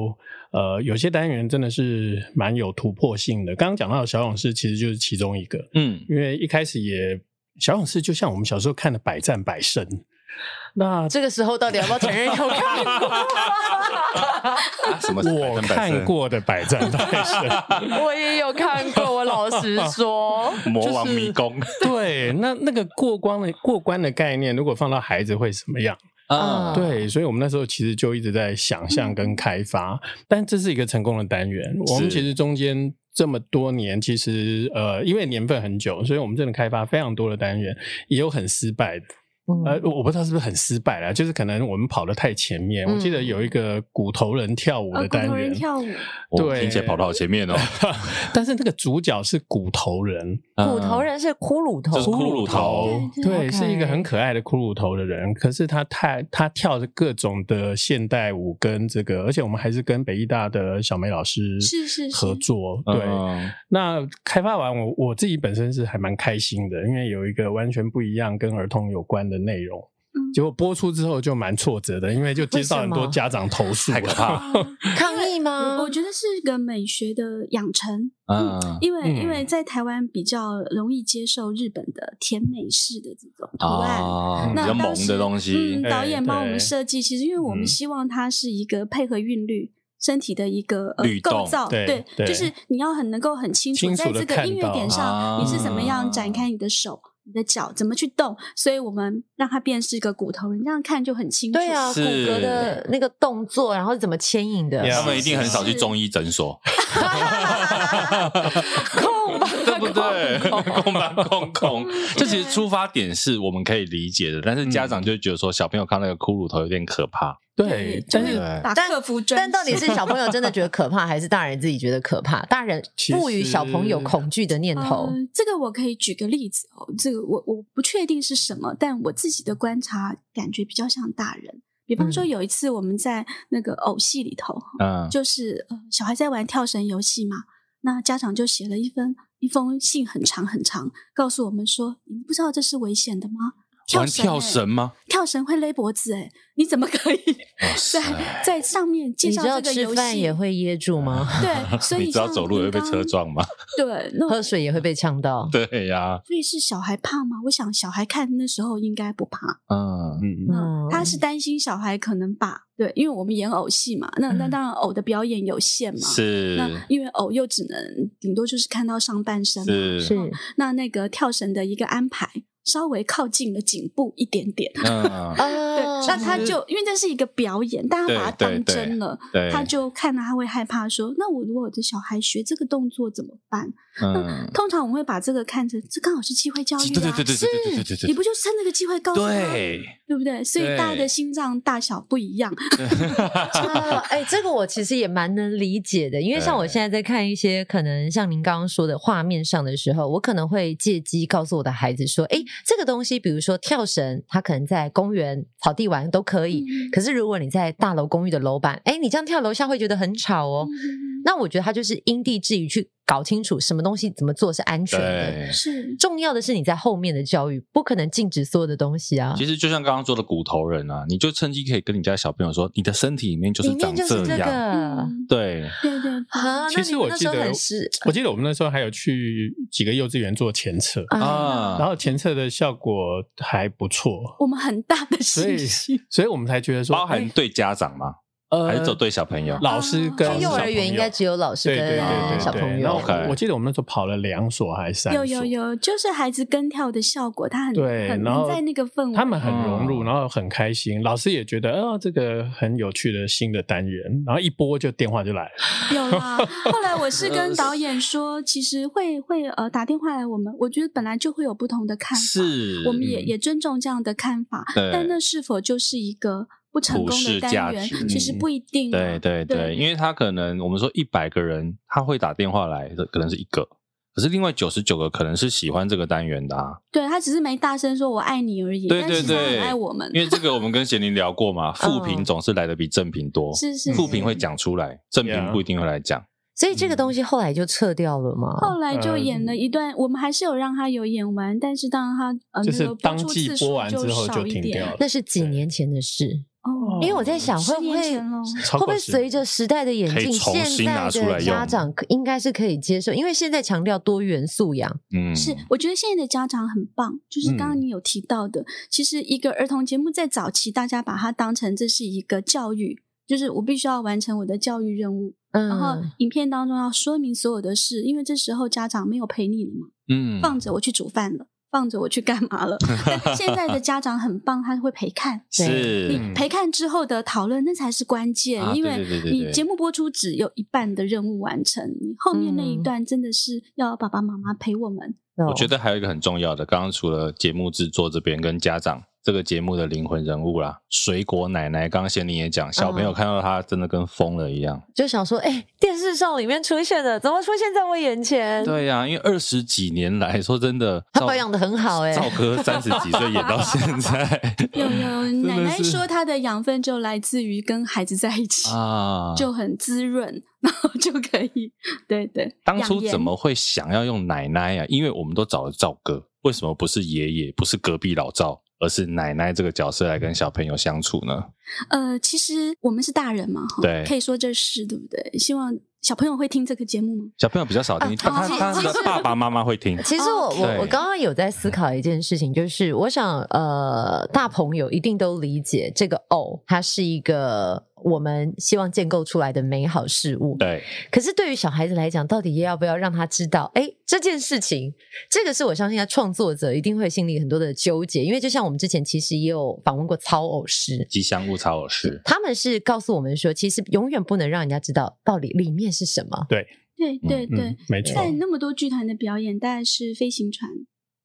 [SPEAKER 5] 呃，有些单元真的是蛮有突破性的。刚刚讲到的小勇士其实就是其中一个，
[SPEAKER 2] 嗯，
[SPEAKER 5] 因为一开始也小勇士就像我们小时候看的百战百胜，那
[SPEAKER 3] 这个时候到底要不要承认有看过？
[SPEAKER 2] 啊什么是百
[SPEAKER 5] 我
[SPEAKER 2] 分百
[SPEAKER 5] 看
[SPEAKER 2] 分
[SPEAKER 5] 过的百战百 胜。
[SPEAKER 3] 我也有看过，我老实说，
[SPEAKER 2] 魔王迷宫
[SPEAKER 5] 对，那那个过关的过关的概念，如果放到孩子会什么样？
[SPEAKER 4] 嗯
[SPEAKER 3] 啊
[SPEAKER 2] 哦
[SPEAKER 5] 对，所以我们那时候其实就一直在想象跟开发，但这是一个成功的单元。我们
[SPEAKER 2] 是
[SPEAKER 5] 其实中间这么多年，其实呃，因为年份很久，所以我们真的开发非常多的单元，也有很失败的。
[SPEAKER 4] 嗯
[SPEAKER 3] 嗯
[SPEAKER 5] 呃，我我不知道是不是很失败啦，就是可能我们跑得太前面。我记得有一个骨头人跳舞
[SPEAKER 4] 嗯哦，
[SPEAKER 5] 的
[SPEAKER 4] 骨
[SPEAKER 5] 单
[SPEAKER 4] 头
[SPEAKER 5] 元，
[SPEAKER 4] 人 跳舞，
[SPEAKER 2] 我
[SPEAKER 5] 对
[SPEAKER 2] 听起来跑到好前面哦，
[SPEAKER 5] 但是那个主角是骨头人，
[SPEAKER 3] 骨头人是骷髅头
[SPEAKER 2] 就，呃是骷髅头
[SPEAKER 4] 对
[SPEAKER 5] 哦对，
[SPEAKER 3] OK
[SPEAKER 5] 是一个很可爱的骷髅头的人，可是他太他跳着各种的现代舞跟这个，而且我们还是跟北艺大的小梅老师
[SPEAKER 4] 是是是
[SPEAKER 5] 合作，
[SPEAKER 2] 嗯
[SPEAKER 5] 对。那开发完我我自己本身是还蛮开心的，因为有一个完全不一样跟儿童有关的内容。
[SPEAKER 4] 嗯
[SPEAKER 5] 结果播出之后就蛮挫折的，因为就接到很
[SPEAKER 3] 为什
[SPEAKER 5] 多
[SPEAKER 3] 么
[SPEAKER 5] 家长投 诉，
[SPEAKER 2] 太可怕。
[SPEAKER 4] 哦
[SPEAKER 3] 抗议吗？
[SPEAKER 4] 嗯我觉得是一个美学的养成，
[SPEAKER 2] 嗯
[SPEAKER 3] 啊
[SPEAKER 4] 因为、
[SPEAKER 5] 嗯
[SPEAKER 4] 因为在台湾比较容易接受日本的甜美式的这种图案。
[SPEAKER 2] 啊，比
[SPEAKER 4] 那
[SPEAKER 2] 较
[SPEAKER 4] 当
[SPEAKER 2] 萌
[SPEAKER 4] 时
[SPEAKER 2] 的东西
[SPEAKER 4] 嗯，
[SPEAKER 5] 哎
[SPEAKER 4] 导演帮我们
[SPEAKER 5] 对
[SPEAKER 4] 设计，其实因为我
[SPEAKER 5] 嗯
[SPEAKER 4] 们希望它是一个配合韵律。身体的一个呃
[SPEAKER 2] 律动
[SPEAKER 4] 构造，
[SPEAKER 5] 对对
[SPEAKER 4] 就是你要很能够很清楚
[SPEAKER 5] 清
[SPEAKER 4] 在
[SPEAKER 5] 楚地
[SPEAKER 4] 这个
[SPEAKER 5] 看
[SPEAKER 4] 音乐
[SPEAKER 5] 到
[SPEAKER 4] 点上你是怎么
[SPEAKER 2] 啊
[SPEAKER 4] 样展开你的手、你的脚，怎么去动，所以我们让它变是一个骨头人，这样看就很清楚。
[SPEAKER 3] 对啊，骨
[SPEAKER 2] 是
[SPEAKER 3] 骼的那个动作，然后怎么牵引的
[SPEAKER 5] Yeah
[SPEAKER 2] 他们一定很少去中医诊所，
[SPEAKER 3] 空吧，
[SPEAKER 2] 对不对？
[SPEAKER 3] 空吧
[SPEAKER 2] 空吧空空，这其实出发点是我们可以理解的，但是家长就觉得说小朋友看那个骷髅头有点可怕，
[SPEAKER 5] 对，但
[SPEAKER 4] 就是是把
[SPEAKER 3] 但
[SPEAKER 4] 克服专
[SPEAKER 3] 但到底是小朋友真的觉得可怕，还是大人自己觉得可怕？大人
[SPEAKER 5] 其实
[SPEAKER 3] 赋予小朋友恐惧的念
[SPEAKER 2] 嗯
[SPEAKER 3] 头，
[SPEAKER 4] 呃。这个我可以举个例子哦，这个我我不确定是什么，但我自己的观察感觉比较像大人。比方说
[SPEAKER 3] 嗯
[SPEAKER 4] 有一次我们在那个偶戏里头，
[SPEAKER 2] 嗯，
[SPEAKER 4] 就是呃小孩在玩跳绳游戏嘛，那家长就写了一封一封信很长很长，告诉我们说，你不知道这是危险的吗？
[SPEAKER 2] 玩
[SPEAKER 4] 绳、欸
[SPEAKER 2] 跳绳，吗？
[SPEAKER 4] 跳绳会勒脖子、哎，你怎么可以
[SPEAKER 2] 哇塞！
[SPEAKER 4] 在在上面介
[SPEAKER 3] 你知
[SPEAKER 4] 绍
[SPEAKER 3] 道
[SPEAKER 4] 这个
[SPEAKER 3] 吃
[SPEAKER 4] 游
[SPEAKER 3] 饭
[SPEAKER 4] 戏
[SPEAKER 3] 也？会噎住吗？
[SPEAKER 4] 对，啊所以
[SPEAKER 2] 你知道
[SPEAKER 4] 像
[SPEAKER 2] 走路也会
[SPEAKER 4] 您
[SPEAKER 2] 被
[SPEAKER 4] 刚
[SPEAKER 2] 车。撞吗？
[SPEAKER 4] 对，那
[SPEAKER 3] 喝水也会被呛到。
[SPEAKER 2] 对呀，
[SPEAKER 4] 所以是小孩怕吗？我想小孩看那时候应该不怕，
[SPEAKER 2] 嗯，
[SPEAKER 5] 嗯，
[SPEAKER 3] 嗯
[SPEAKER 4] 他是担心小孩可能把对，因为我们演偶戏嘛，那那
[SPEAKER 3] 嗯
[SPEAKER 4] 当然偶的表演有限嘛，那
[SPEAKER 2] 是
[SPEAKER 4] 因为偶又只能顶多就是看到上半身嘛，
[SPEAKER 2] 是
[SPEAKER 3] 是
[SPEAKER 4] 那那个跳绳的一个安排稍微靠近了颈部一点点，
[SPEAKER 2] 嗯，
[SPEAKER 4] 对
[SPEAKER 3] 啊，，
[SPEAKER 4] 那他就因为这是一个表演，但他把它
[SPEAKER 2] 对对
[SPEAKER 4] 当真了，
[SPEAKER 2] 对
[SPEAKER 4] 他就看了他会害怕说，那我如果我的小孩学这个动作怎么办？
[SPEAKER 2] 嗯，
[SPEAKER 4] 通常我们会把这个看成这刚好是机会教育、
[SPEAKER 2] 对
[SPEAKER 4] 啊，
[SPEAKER 2] 对对对对对对对对
[SPEAKER 4] 你不就趁这个机会告诉他，
[SPEAKER 2] 对，
[SPEAKER 4] 对不对？所以大家的心脏大小不一样，
[SPEAKER 3] 啊，哎、这个我其实也蛮能理解的，因为像我
[SPEAKER 2] 对
[SPEAKER 3] 现在在看一些可能像您刚刚说的画面上的时候，我可能会借机告诉我的孩子说，哎、这个东西，比如说跳绳，他可能在公园、草地玩都可以，
[SPEAKER 4] 嗯
[SPEAKER 3] 可是如果你在大楼公寓的楼板，哎、你这样跳楼下会觉得很吵哦。
[SPEAKER 4] 嗯
[SPEAKER 3] 那我觉得他就是因地制宜去搞清楚什么东西怎么做是安全的。
[SPEAKER 2] 对。
[SPEAKER 4] 是
[SPEAKER 3] 重要的是你在后面的教育，不可能禁止所有的东西啊。
[SPEAKER 2] 其实就像刚刚说的骨头人啊，你就趁机可以跟你家小朋友说，你的身体里面就是
[SPEAKER 3] 里面
[SPEAKER 2] 长
[SPEAKER 3] 就是这
[SPEAKER 2] 样。
[SPEAKER 3] 个。
[SPEAKER 4] 嗯
[SPEAKER 2] 对，
[SPEAKER 4] 对对对
[SPEAKER 3] 啊，那
[SPEAKER 5] 其实
[SPEAKER 3] 你们
[SPEAKER 5] 我
[SPEAKER 3] 那
[SPEAKER 5] 记
[SPEAKER 3] 时候
[SPEAKER 5] 得
[SPEAKER 3] 很是
[SPEAKER 5] 我记得我们那时候还有去几个幼稚园做前测，然
[SPEAKER 2] 啊，
[SPEAKER 5] 后前测的效果还不错，
[SPEAKER 4] 我们很大的
[SPEAKER 5] 所以
[SPEAKER 4] 信心，
[SPEAKER 5] 所以我们才觉得说，
[SPEAKER 2] 包含对家长吗？
[SPEAKER 5] 哎呃
[SPEAKER 2] 还是走对小朋友？
[SPEAKER 5] 老师跟
[SPEAKER 3] 在幼儿园应该只有老师
[SPEAKER 5] 对对对
[SPEAKER 3] 跟
[SPEAKER 5] 对
[SPEAKER 3] 小朋
[SPEAKER 5] 然
[SPEAKER 3] 友
[SPEAKER 5] 后。
[SPEAKER 2] OK
[SPEAKER 5] 我记得我们那时候跑了两所还是三所，
[SPEAKER 4] 有有有，就是孩子跟跳的效果，他很
[SPEAKER 5] 对，
[SPEAKER 4] 很
[SPEAKER 5] 然
[SPEAKER 4] 很
[SPEAKER 5] 后
[SPEAKER 4] 在那个氛围，
[SPEAKER 5] 他们很融入，
[SPEAKER 2] 嗯
[SPEAKER 5] 然后很开心，老师也觉得哦，这个很有趣的新的单元，然后一播就电话就来了，
[SPEAKER 4] 有啦。后来我是跟导演说，其实会会呃打电话来我们，我觉得本来就会有不同的看法，
[SPEAKER 2] 是，
[SPEAKER 4] 啊我们也
[SPEAKER 5] 嗯
[SPEAKER 4] 也尊重这样的看法，
[SPEAKER 2] 对
[SPEAKER 4] 但那是否就是一个？不成功的单
[SPEAKER 2] 普世价值
[SPEAKER 4] 元，其实不一定啊、
[SPEAKER 2] 对对对，
[SPEAKER 4] 对
[SPEAKER 2] 因为他可能我们说一百个人，他会打电话来的可能是一个，可是另外九十九个可能是喜欢这个单元的 啊。
[SPEAKER 4] 对他只是没大声说我爱你而已，
[SPEAKER 2] 对
[SPEAKER 4] 但
[SPEAKER 2] 对
[SPEAKER 4] 其实他很
[SPEAKER 2] 对，
[SPEAKER 4] 爱我们。
[SPEAKER 2] 因为这个我们跟贤玲聊过嘛，负评
[SPEAKER 3] 嗯
[SPEAKER 2] 总是来的比正评多，
[SPEAKER 4] 是是
[SPEAKER 2] 负
[SPEAKER 4] 是
[SPEAKER 2] 评会讲出来，正评
[SPEAKER 5] Yeah
[SPEAKER 2] 不一定会来讲。
[SPEAKER 3] 所以这个东西后来就撤掉了嘛。
[SPEAKER 4] 后来就
[SPEAKER 5] 嗯
[SPEAKER 4] 演了一段，我们还是有让他有演完，但是当然他呃
[SPEAKER 5] 就
[SPEAKER 4] 那
[SPEAKER 5] 是
[SPEAKER 4] 个
[SPEAKER 5] 当
[SPEAKER 4] 出
[SPEAKER 5] 季
[SPEAKER 4] 次
[SPEAKER 5] 播
[SPEAKER 4] 数
[SPEAKER 5] 完之后
[SPEAKER 4] 少
[SPEAKER 5] 就
[SPEAKER 4] 一
[SPEAKER 5] 停
[SPEAKER 4] 点
[SPEAKER 5] 掉了。
[SPEAKER 3] 那是几年前的事，
[SPEAKER 4] 哦，
[SPEAKER 3] 因为我在想，会
[SPEAKER 4] 十
[SPEAKER 3] 不
[SPEAKER 4] 年
[SPEAKER 3] 会
[SPEAKER 4] 前咯
[SPEAKER 2] 嗯
[SPEAKER 5] 超
[SPEAKER 3] 会不
[SPEAKER 5] 过
[SPEAKER 3] 会
[SPEAKER 5] 十
[SPEAKER 3] 随
[SPEAKER 5] 年
[SPEAKER 3] 着时代的演
[SPEAKER 2] 可以
[SPEAKER 3] 进，
[SPEAKER 2] 重
[SPEAKER 3] 现
[SPEAKER 2] 新
[SPEAKER 3] 在
[SPEAKER 2] 拿出来
[SPEAKER 3] 的
[SPEAKER 2] 用
[SPEAKER 3] 家长可应该是可以接受，因为现在强调多元素养，
[SPEAKER 2] 嗯，
[SPEAKER 4] 是，我觉得现在的家长很棒，就是刚
[SPEAKER 5] 嗯
[SPEAKER 4] 刚你有提到的，其实一个儿童节目在早期，大家把它当成这是一个教育，就是我必须要完成我的教育任务，然后
[SPEAKER 3] 嗯，
[SPEAKER 4] 影片当中要说明所有的事，因为这时候家长没有陪你了嘛，
[SPEAKER 2] 嗯，
[SPEAKER 4] 放着我去煮饭了。放着我去干嘛了？ 但现在的家长很棒，他会陪看，
[SPEAKER 2] 是
[SPEAKER 5] 嗯
[SPEAKER 4] 陪看之后的讨论那才是关键，
[SPEAKER 2] 啊
[SPEAKER 4] 因
[SPEAKER 2] 对
[SPEAKER 4] 为
[SPEAKER 2] 对对对对
[SPEAKER 4] 你节目播出只有一半的任务完成，你后面那一
[SPEAKER 3] 嗯
[SPEAKER 4] 段真的是要爸爸妈妈陪 我们，
[SPEAKER 2] 我觉
[SPEAKER 3] 得
[SPEAKER 2] 得还有一个很重要的，刚刚除了节目制作这边跟家长这个节目的灵魂人物啦，水果奶奶，刚刚贤玲也讲，小朋友
[SPEAKER 3] 嗯
[SPEAKER 2] 看到她真的跟疯了一样。
[SPEAKER 3] 就想说，哎、电视上里面出现的，怎么出现在我眼前？
[SPEAKER 2] 对呀、因为二十几年来说真的，
[SPEAKER 3] 嗯她
[SPEAKER 2] 赵
[SPEAKER 3] 保养得很好欸
[SPEAKER 2] 赵哥三十几岁演到现在
[SPEAKER 4] 有有，
[SPEAKER 2] 的
[SPEAKER 4] 奶奶
[SPEAKER 2] 是
[SPEAKER 4] 说她的养分就来自于跟孩子在一起，
[SPEAKER 2] 啊，
[SPEAKER 4] 就很滋润，然后就可以，对对。
[SPEAKER 2] 当初
[SPEAKER 4] 养颜
[SPEAKER 2] 怎么会想要用奶奶呀、因为我们都找了赵哥，为什么不是爷爷，不是隔壁老赵，而是奶奶这个角色来跟小朋友相处呢？
[SPEAKER 4] 呃，其实我们是大人嘛，哈，
[SPEAKER 2] 对
[SPEAKER 4] 可以说这是对不对？希望小朋友会听这个节目吗？
[SPEAKER 2] 小朋友比较少听，
[SPEAKER 3] 啊
[SPEAKER 2] 但他
[SPEAKER 4] 其实
[SPEAKER 2] 他
[SPEAKER 4] 其
[SPEAKER 2] 的
[SPEAKER 4] 实
[SPEAKER 2] 爸爸妈妈会听。
[SPEAKER 3] 其实我我
[SPEAKER 2] 对
[SPEAKER 3] 我刚刚有在思考一件事情，就是我想呃，大朋友一定都理解这个偶，它是一个我们希望建构出来的美好事物。
[SPEAKER 2] 对，
[SPEAKER 3] 可是对于小孩子来讲，到底要不要让他知道？哎，这件事情，这个是我相信他创作者一定会心里很多的纠结，因为就像我们之前其实也有访问过操偶师。
[SPEAKER 2] 吉祥物超偶是。
[SPEAKER 3] 他们是告诉我们说，其实永远不能让人家知道到底里面是什么。
[SPEAKER 4] 对对
[SPEAKER 5] 嗯
[SPEAKER 4] 对，
[SPEAKER 5] 没错
[SPEAKER 4] 在那么多剧团的表演，大概是飞行船，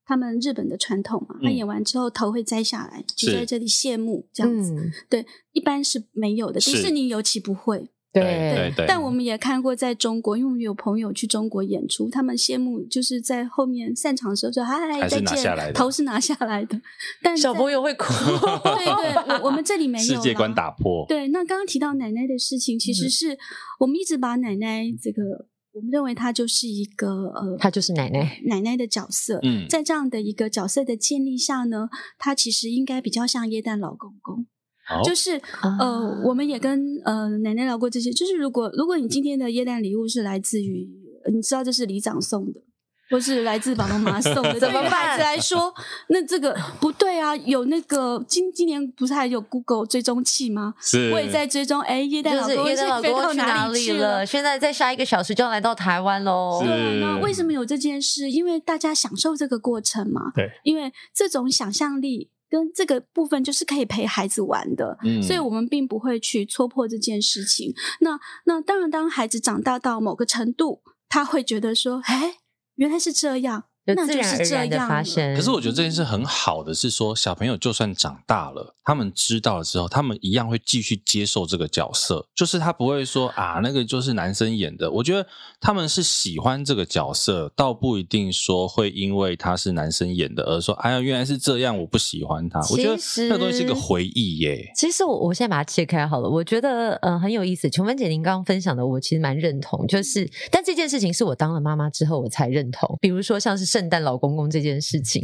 [SPEAKER 4] 他们日本的传统嘛，他
[SPEAKER 2] 嗯
[SPEAKER 4] 演完之后头会摘下来，就是在这里谢幕这
[SPEAKER 3] 这
[SPEAKER 4] 样子。对，一般是没有的，迪
[SPEAKER 2] 是
[SPEAKER 4] 士尼尤其不会。
[SPEAKER 2] 对对
[SPEAKER 4] 但我们也看过在中国，因为我们有朋友去中国演出，他们谢幕就是在后面散场的时候说“嗨，
[SPEAKER 2] 还是
[SPEAKER 4] 再
[SPEAKER 2] 拿下来的
[SPEAKER 4] 见”，头是拿下来的。但
[SPEAKER 3] 小朋
[SPEAKER 4] 友，
[SPEAKER 3] 友会哭。
[SPEAKER 4] 对对，我我们 这里没有
[SPEAKER 2] 世界观
[SPEAKER 4] 啦
[SPEAKER 2] 打破，
[SPEAKER 4] 对，那刚刚提到奶奶的事情，
[SPEAKER 3] 嗯
[SPEAKER 4] 其实是我们一直把奶奶这个，我们认为她就是一个呃，
[SPEAKER 3] 她就是奶奶
[SPEAKER 4] 奶奶的角色。
[SPEAKER 2] 嗯，
[SPEAKER 4] 在这样的一个角色的建立下呢，她其实应该比较像耶诞老公公，
[SPEAKER 2] 好
[SPEAKER 4] 就是 呃，我们也跟呃奶奶聊过这些，就是如果如果你今天的耶诞礼物是来自于，呃你知道这是里长送的。或是来自爸爸妈妈 送的，
[SPEAKER 3] 怎么
[SPEAKER 4] 对于孩
[SPEAKER 3] 办
[SPEAKER 4] 子来说，那这个不对啊！有那个今今年不是还有 Google 追踪器吗？
[SPEAKER 2] 是
[SPEAKER 4] 我也
[SPEAKER 3] 嗯
[SPEAKER 4] 在追踪，哎，耶诞
[SPEAKER 3] 就
[SPEAKER 4] 老
[SPEAKER 3] 是
[SPEAKER 4] 公
[SPEAKER 3] 月
[SPEAKER 4] 是
[SPEAKER 3] 亮老
[SPEAKER 4] 飞
[SPEAKER 3] 公
[SPEAKER 4] 到
[SPEAKER 3] 去哪
[SPEAKER 4] 里
[SPEAKER 3] 里
[SPEAKER 4] 去
[SPEAKER 3] 了？现在在下一个小时就要来到台湾喽。
[SPEAKER 2] 是
[SPEAKER 4] 对，那为什么有这件事？因为大家享受这个过程嘛。
[SPEAKER 5] 对，
[SPEAKER 4] 因为这种想象力跟这个部分就是可以陪孩子玩的，
[SPEAKER 2] 嗯
[SPEAKER 4] 所以我们并不会去戳破这件事情。那那当然，当孩子长大到某个程度，他会觉得说，哎，原来是这样，
[SPEAKER 3] 就
[SPEAKER 4] 那
[SPEAKER 3] 自然
[SPEAKER 4] 是
[SPEAKER 3] 而
[SPEAKER 4] 这
[SPEAKER 3] 然的
[SPEAKER 4] 样
[SPEAKER 3] 发
[SPEAKER 4] 了。
[SPEAKER 3] 生。
[SPEAKER 2] 可是我觉得这件事很好的是说，小朋友就算长大了，他们知道了之后，他们一样会继续接受这个角色，就是他不会说啊，那个就是男生演的。我觉得他们是喜欢这个角色，倒不一定说会因为他是男生演的而说，哎呀，原来是这样，我不喜欢他。我觉得
[SPEAKER 3] 其实
[SPEAKER 2] 那个东西是一个回忆耶。
[SPEAKER 3] 其实我我现在把它切开好了，我觉得呃很有意思。琼芬姐您刚刚分享的，我其实蛮认同，就是但这件事情是我当了妈妈之后我才认同，比如说像是圣诞老公公这件事情，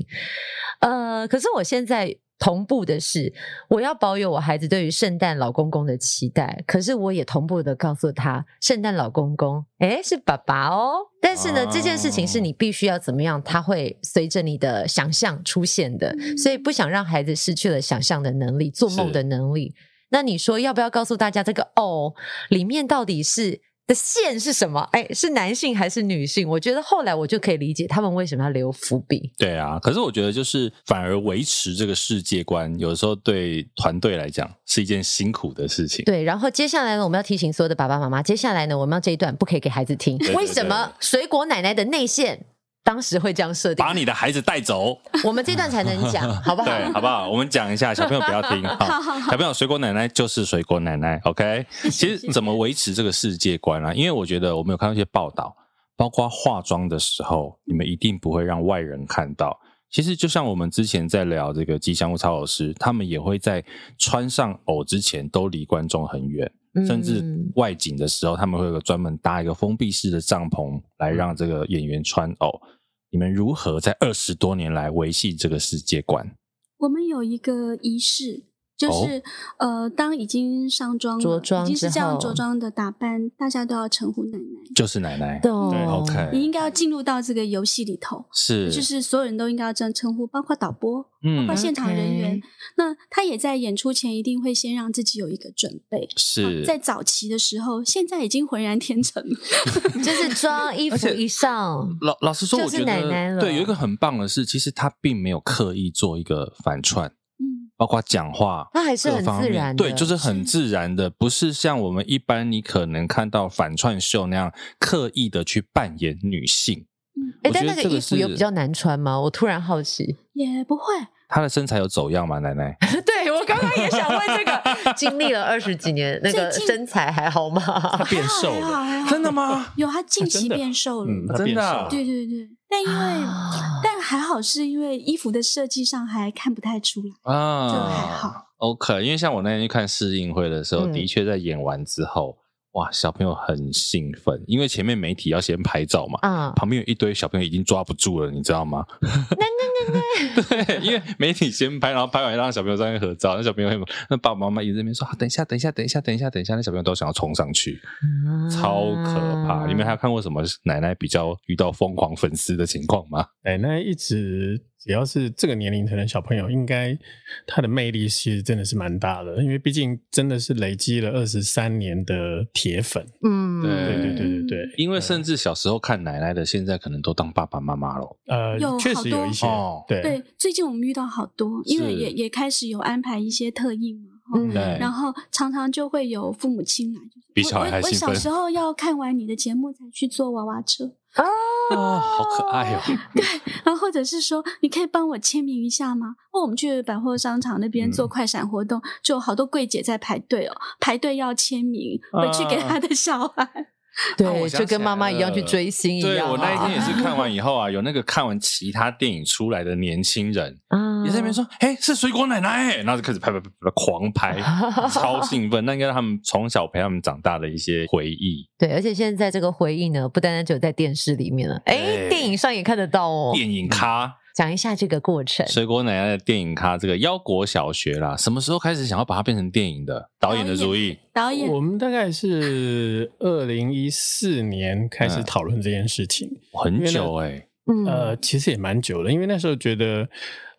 [SPEAKER 3] 呃，可是我现在。同步的是，我要保有我孩子对于圣诞老公公的期待，可是我也同步的告诉他，圣诞老公公，诶，是爸爸哦。但是呢，
[SPEAKER 2] 哦
[SPEAKER 3] 这件事情是你必须要怎么样，他会随着你的想象出现的，
[SPEAKER 4] 嗯
[SPEAKER 3] 所以不想让孩子失去了想象的能力，做梦
[SPEAKER 2] 是
[SPEAKER 3] 的能力。那你说要不要告诉大家这个哦里面到底是的线是什么？哎，是男性还是女性？我觉得后来我就可以理解他们为什么要留伏笔。
[SPEAKER 2] 对啊，可是我觉得就是反而维持这个世界观，有时候对团队来讲是一件辛苦的事情。
[SPEAKER 3] 对，然后接下来呢，我们要提醒所有的爸爸妈妈，接下来呢，我们要这一段不可以给孩子听。
[SPEAKER 2] 对对
[SPEAKER 3] 为什么水果奶奶的内线？当时会这样设定
[SPEAKER 2] 把。你的孩子带走，
[SPEAKER 3] 我们这段才能 讲，好不好？
[SPEAKER 2] 对，好不好？我们讲一下，小朋友不要听哈。小朋友，水果奶奶就是水果奶奶，OK？其实怎么维持这个世界观啊？因为我觉得我们有看到一些报道，包括化妆的时候，你们一定不会让外人看到。其实就像我们之前在聊这个吉祥物操偶师，他们也会在穿上偶之前都离观众很远，
[SPEAKER 3] 嗯
[SPEAKER 2] 甚至外景的时候，他们会有个专门搭一个封闭式的帐篷
[SPEAKER 3] 嗯
[SPEAKER 2] 来让这个演员穿偶。你们如何在二十多年来维系这个世界观？
[SPEAKER 4] 我们有一个仪式，就是、呃，当已经上妆了
[SPEAKER 3] 着装
[SPEAKER 4] 已经是
[SPEAKER 3] 之
[SPEAKER 4] 这样
[SPEAKER 3] 后
[SPEAKER 4] 着装的打扮，大家都要称呼奶奶。
[SPEAKER 2] 就是奶奶，
[SPEAKER 3] 懂
[SPEAKER 5] 对
[SPEAKER 4] 你
[SPEAKER 2] ，OK，
[SPEAKER 4] 应该要进入到这个游戏里头，
[SPEAKER 2] 是，
[SPEAKER 4] 就是所有人都应该要这样称呼，包括导播，包
[SPEAKER 2] 嗯
[SPEAKER 4] 括，现场人员
[SPEAKER 3] OK。
[SPEAKER 4] 那他也在演出前一定会先让自己有一个准备。
[SPEAKER 2] 是
[SPEAKER 3] 哦
[SPEAKER 4] 啊在早期的时候，现在已经浑然天成了。
[SPEAKER 3] 就是装衣服一上，
[SPEAKER 2] 老老实说，
[SPEAKER 3] 就
[SPEAKER 2] 我
[SPEAKER 3] 是
[SPEAKER 2] 觉得
[SPEAKER 3] 奶奶了
[SPEAKER 2] 对有一个很棒的是，其实他并没有刻意做一个反串，
[SPEAKER 4] 嗯，
[SPEAKER 2] 包括讲话，
[SPEAKER 3] 它还是很
[SPEAKER 2] 各方
[SPEAKER 3] 自
[SPEAKER 2] 面
[SPEAKER 3] 然的
[SPEAKER 2] 对，就是很自然的，不是像我们一般你可能看到反串秀那样刻意的去扮演女性。
[SPEAKER 4] 嗯
[SPEAKER 3] 哎，
[SPEAKER 2] 我
[SPEAKER 3] 但
[SPEAKER 2] 觉
[SPEAKER 3] 那
[SPEAKER 2] 得
[SPEAKER 3] 个
[SPEAKER 2] 这个
[SPEAKER 3] 衣服有
[SPEAKER 2] 是
[SPEAKER 3] 比较难穿吗？我突然好奇。
[SPEAKER 4] 也不会。
[SPEAKER 2] 她的身材有走样吗？奶奶
[SPEAKER 3] 对我刚刚也想问这个， 经历了二十几年，那个
[SPEAKER 4] 最近
[SPEAKER 3] 身材还好吗？
[SPEAKER 5] 变瘦
[SPEAKER 4] 还好
[SPEAKER 5] 了，啊
[SPEAKER 4] 还 好，
[SPEAKER 2] 真的吗？
[SPEAKER 4] 哎有他近期
[SPEAKER 5] 真的
[SPEAKER 4] 变瘦了。
[SPEAKER 5] 嗯，啊
[SPEAKER 2] 啊
[SPEAKER 5] 它
[SPEAKER 2] 真
[SPEAKER 5] 变
[SPEAKER 2] 的
[SPEAKER 5] 瘦
[SPEAKER 2] 啊
[SPEAKER 5] 了。
[SPEAKER 4] 对对对，但因为但还好是因为衣服的设计上还看不太出来。
[SPEAKER 2] 啊，
[SPEAKER 4] 这还好
[SPEAKER 2] OK，因为像我那天去看试映会的时候，
[SPEAKER 3] 嗯
[SPEAKER 2] 的确在演完之后，哇，小朋友很兴奋，因为前面媒体要先拍照嘛，
[SPEAKER 3] 啊，
[SPEAKER 2] 旁边有一堆小朋友已经抓不住了，你知道 吗？ 对，因为媒体先拍，然后拍完让小朋友在那边合照，那小朋友那爸爸妈妈一直在那边说、啊等一下，等一下，等一下，等一下，等一下，那小朋友都想要冲上去， 超可怕。你们还有看过什么奶奶比较遇到疯狂粉丝的情况吗？
[SPEAKER 5] 奶奶哎一直只要是这个年龄层的小朋友，应该他的魅力其实真的是蛮大的，因为毕竟真的是累积了二十三年的铁粉。
[SPEAKER 3] 嗯，
[SPEAKER 5] 对对对对对，
[SPEAKER 2] 因为甚至小时候看奶奶的，现在可能都当爸爸妈妈了。
[SPEAKER 5] 呃
[SPEAKER 4] 嗯有，
[SPEAKER 5] 确
[SPEAKER 4] 好
[SPEAKER 5] 实
[SPEAKER 4] 多
[SPEAKER 5] 有一些
[SPEAKER 2] 哦，
[SPEAKER 5] 对
[SPEAKER 4] 对，最近我们遇到好多，因为
[SPEAKER 2] 是
[SPEAKER 4] 也也开始有安排一些特映嘛。哈
[SPEAKER 3] 嗯
[SPEAKER 2] 对
[SPEAKER 4] 然后常常就会有父母亲来，就是
[SPEAKER 2] 哎比
[SPEAKER 4] 我
[SPEAKER 2] 小孩
[SPEAKER 4] 我
[SPEAKER 2] 还
[SPEAKER 4] 我
[SPEAKER 2] 兴
[SPEAKER 4] 小
[SPEAKER 2] 奋
[SPEAKER 4] 时候要看完你的节目才去坐娃娃车，
[SPEAKER 2] 哦，好可爱 哦。
[SPEAKER 4] 然后或者是说你可以帮我签名一下吗？哦，我们去百货商场那边
[SPEAKER 2] 嗯
[SPEAKER 4] 做快闪活动，就有好多柜姐在排队哦，排队要签名，回去给他的小孩。
[SPEAKER 2] 啊我
[SPEAKER 3] 对，
[SPEAKER 2] 想
[SPEAKER 3] 就跟
[SPEAKER 2] 起来
[SPEAKER 3] 妈妈一样去
[SPEAKER 2] 了
[SPEAKER 3] 追星一样。
[SPEAKER 2] 对我那一天也是看完以后啊，有那个看完其他电影出来的年轻人，
[SPEAKER 3] 啊
[SPEAKER 2] 也在那边，说：“哎、是水果奶奶、欸！”然后就开始拍拍拍拍，狂 拍，超兴奋。那应该是他们从小陪他们长大的一些回忆。
[SPEAKER 3] 对，而且现在这个回忆呢，不单单只有在电视里面了，哎，
[SPEAKER 2] 对
[SPEAKER 3] 电影上也看得到哦。
[SPEAKER 2] 电影咖，
[SPEAKER 3] 讲一下这个过程，
[SPEAKER 2] 水果奶奶的电影咖，这个腰果小学啦，什么时候开始想要把它变成电影的？导演的主意，
[SPEAKER 4] 导演
[SPEAKER 5] 我们大 概是二零一四年开始
[SPEAKER 2] 嗯
[SPEAKER 5] 讨论这件事情，
[SPEAKER 2] 很久哎、
[SPEAKER 3] 嗯，
[SPEAKER 5] 呃，其实也蛮久了，因为那时候觉得，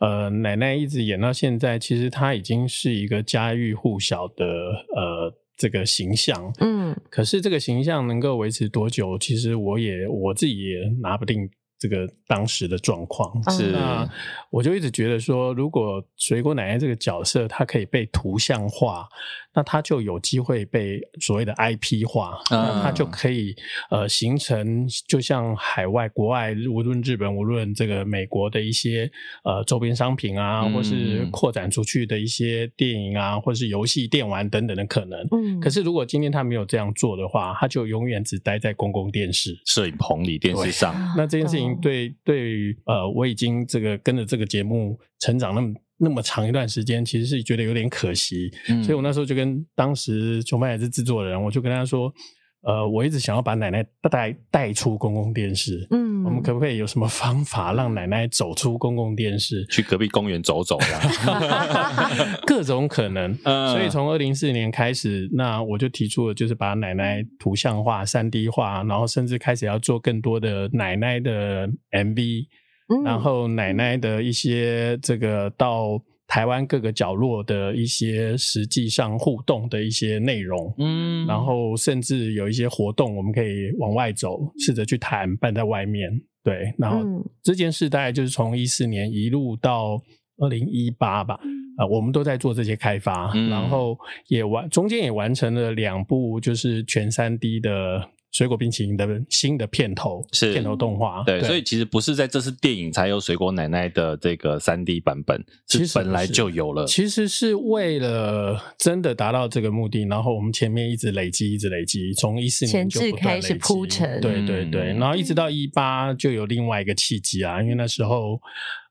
[SPEAKER 5] 呃，奶奶一直演到现在，其实她已经是一个家喻户晓的呃这个形象。
[SPEAKER 3] 嗯，
[SPEAKER 5] 可是这个形象能够维持多久，其实我也我自己也拿不定这个当时的状况。
[SPEAKER 3] 嗯
[SPEAKER 2] 是
[SPEAKER 5] 那我就一直觉得说，如果水果奶奶这个角色她可以被图像化，那她就有机会被所谓的 IP 化，
[SPEAKER 2] 嗯
[SPEAKER 5] 那她就可以呃形成，就像海外国外，无论日本无论这个美国的一些呃周边商品啊，
[SPEAKER 2] 嗯
[SPEAKER 5] 或是扩展出去的一些电影啊，或是游戏、电玩等等的可能。
[SPEAKER 3] 嗯，
[SPEAKER 5] 可是，如果今天她没有这样做的话，她就永远只待在公共电视。
[SPEAKER 2] 摄影棚里、电视上，
[SPEAKER 5] 那这件事
[SPEAKER 2] 哦
[SPEAKER 5] 情
[SPEAKER 3] 懂
[SPEAKER 5] 对对于呃，我已经这个跟着这个节目成长那么那么长一段时间，其实是觉得有点可惜。
[SPEAKER 2] 嗯
[SPEAKER 5] 所以我那时候就跟当时琼麦也是制作人，我就跟他说，呃，我一直想要把奶奶带带出公共电视，
[SPEAKER 3] 嗯，
[SPEAKER 5] 我们可不可以有什么方法让奶奶走出公共电视？
[SPEAKER 2] 去隔壁公园走走啦。
[SPEAKER 5] 各种可能，
[SPEAKER 2] 嗯
[SPEAKER 5] 所以从二零四年开始，那我就提出了，就是把奶奶图像化、三 D 化，然后甚至开始要做更多的奶奶的 MV，
[SPEAKER 3] 嗯
[SPEAKER 5] 然后奶奶的一些这个到台湾各个角落的一些实际上互动的一些内容，
[SPEAKER 2] 嗯
[SPEAKER 5] 然后甚至有一些活动，我们可以往外走，试着去谈，办在外面。对，然后
[SPEAKER 3] 嗯
[SPEAKER 5] 这件事大概就是从一四年一路到二零一八吧，
[SPEAKER 4] 嗯
[SPEAKER 5] 啊、我们都在做这些开发，
[SPEAKER 2] 嗯
[SPEAKER 5] 然后也完中间也完成了两部就是全三 D 的水果冰淇淋的新的片头，
[SPEAKER 2] 是
[SPEAKER 5] 片头动画，
[SPEAKER 2] 对，所以其实不是在这次电影才有水果奶奶的这个三 D 版本，
[SPEAKER 5] 其
[SPEAKER 2] 是
[SPEAKER 5] 实
[SPEAKER 2] 本来就有了。
[SPEAKER 5] 其实是为了真的达到这个目的，然后我们前面一直累积，一直累积，从一四年
[SPEAKER 3] 前
[SPEAKER 5] 就
[SPEAKER 3] 置
[SPEAKER 5] 不断
[SPEAKER 3] 开始
[SPEAKER 5] 累积
[SPEAKER 3] 铺陈
[SPEAKER 5] 对对对，
[SPEAKER 2] 嗯
[SPEAKER 5] 然后一直到一八就有另外一个契机啊，因为那时候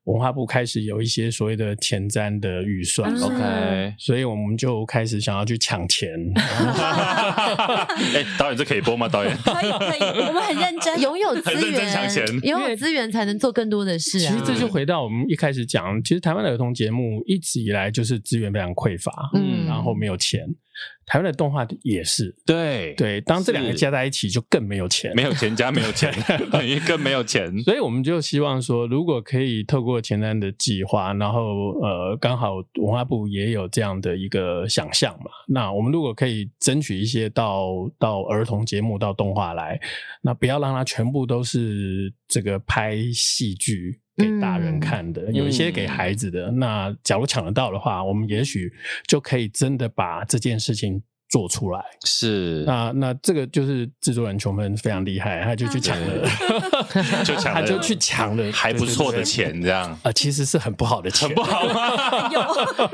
[SPEAKER 5] 文化部开始有一些所谓的前瞻的预算。
[SPEAKER 3] 嗯
[SPEAKER 2] OK，
[SPEAKER 5] 所以我们就开始想要去抢 钱，
[SPEAKER 2] 哎，导演这可以播吗？导演，
[SPEAKER 4] 可以可以，我们很认 真，
[SPEAKER 3] 拥有资
[SPEAKER 2] 很认真抢钱
[SPEAKER 3] 源，拥有资源才能做更多的事啊。
[SPEAKER 5] 其实这就回到我们一开始讲，其实台湾的儿童节目一直以来就是资源非常匮乏，
[SPEAKER 3] 嗯
[SPEAKER 5] 然后没有钱。台湾的动画也是，
[SPEAKER 2] 对，
[SPEAKER 5] 对，当这两个
[SPEAKER 2] 是
[SPEAKER 5] 加在一起就更没有钱，
[SPEAKER 2] 没有钱加没有 钱，等于更没有钱。
[SPEAKER 5] 所以我们就希望说，如果可以透过前瞻的计划，然后呃，刚好文化部也有这样的一个想象嘛，那我们如果可以争取一些到到儿童节目、到动画来，那不要让它全部都是这个拍戏剧。给大
[SPEAKER 2] 嗯
[SPEAKER 5] 人看的，有一些给孩子的。那假如抢得到的话，我们也许就可以真的把这件事情做出来。
[SPEAKER 2] 是，
[SPEAKER 5] 那那这个就是制作人琼芬非常厉害，他就
[SPEAKER 2] 嗯
[SPEAKER 5] 去抢了，
[SPEAKER 2] 就抢了
[SPEAKER 5] 他就去抢了
[SPEAKER 2] 还不错的。
[SPEAKER 5] 对对对
[SPEAKER 2] 钱，这样
[SPEAKER 5] 啊、其实是很不好的钱，
[SPEAKER 2] 很不好吗？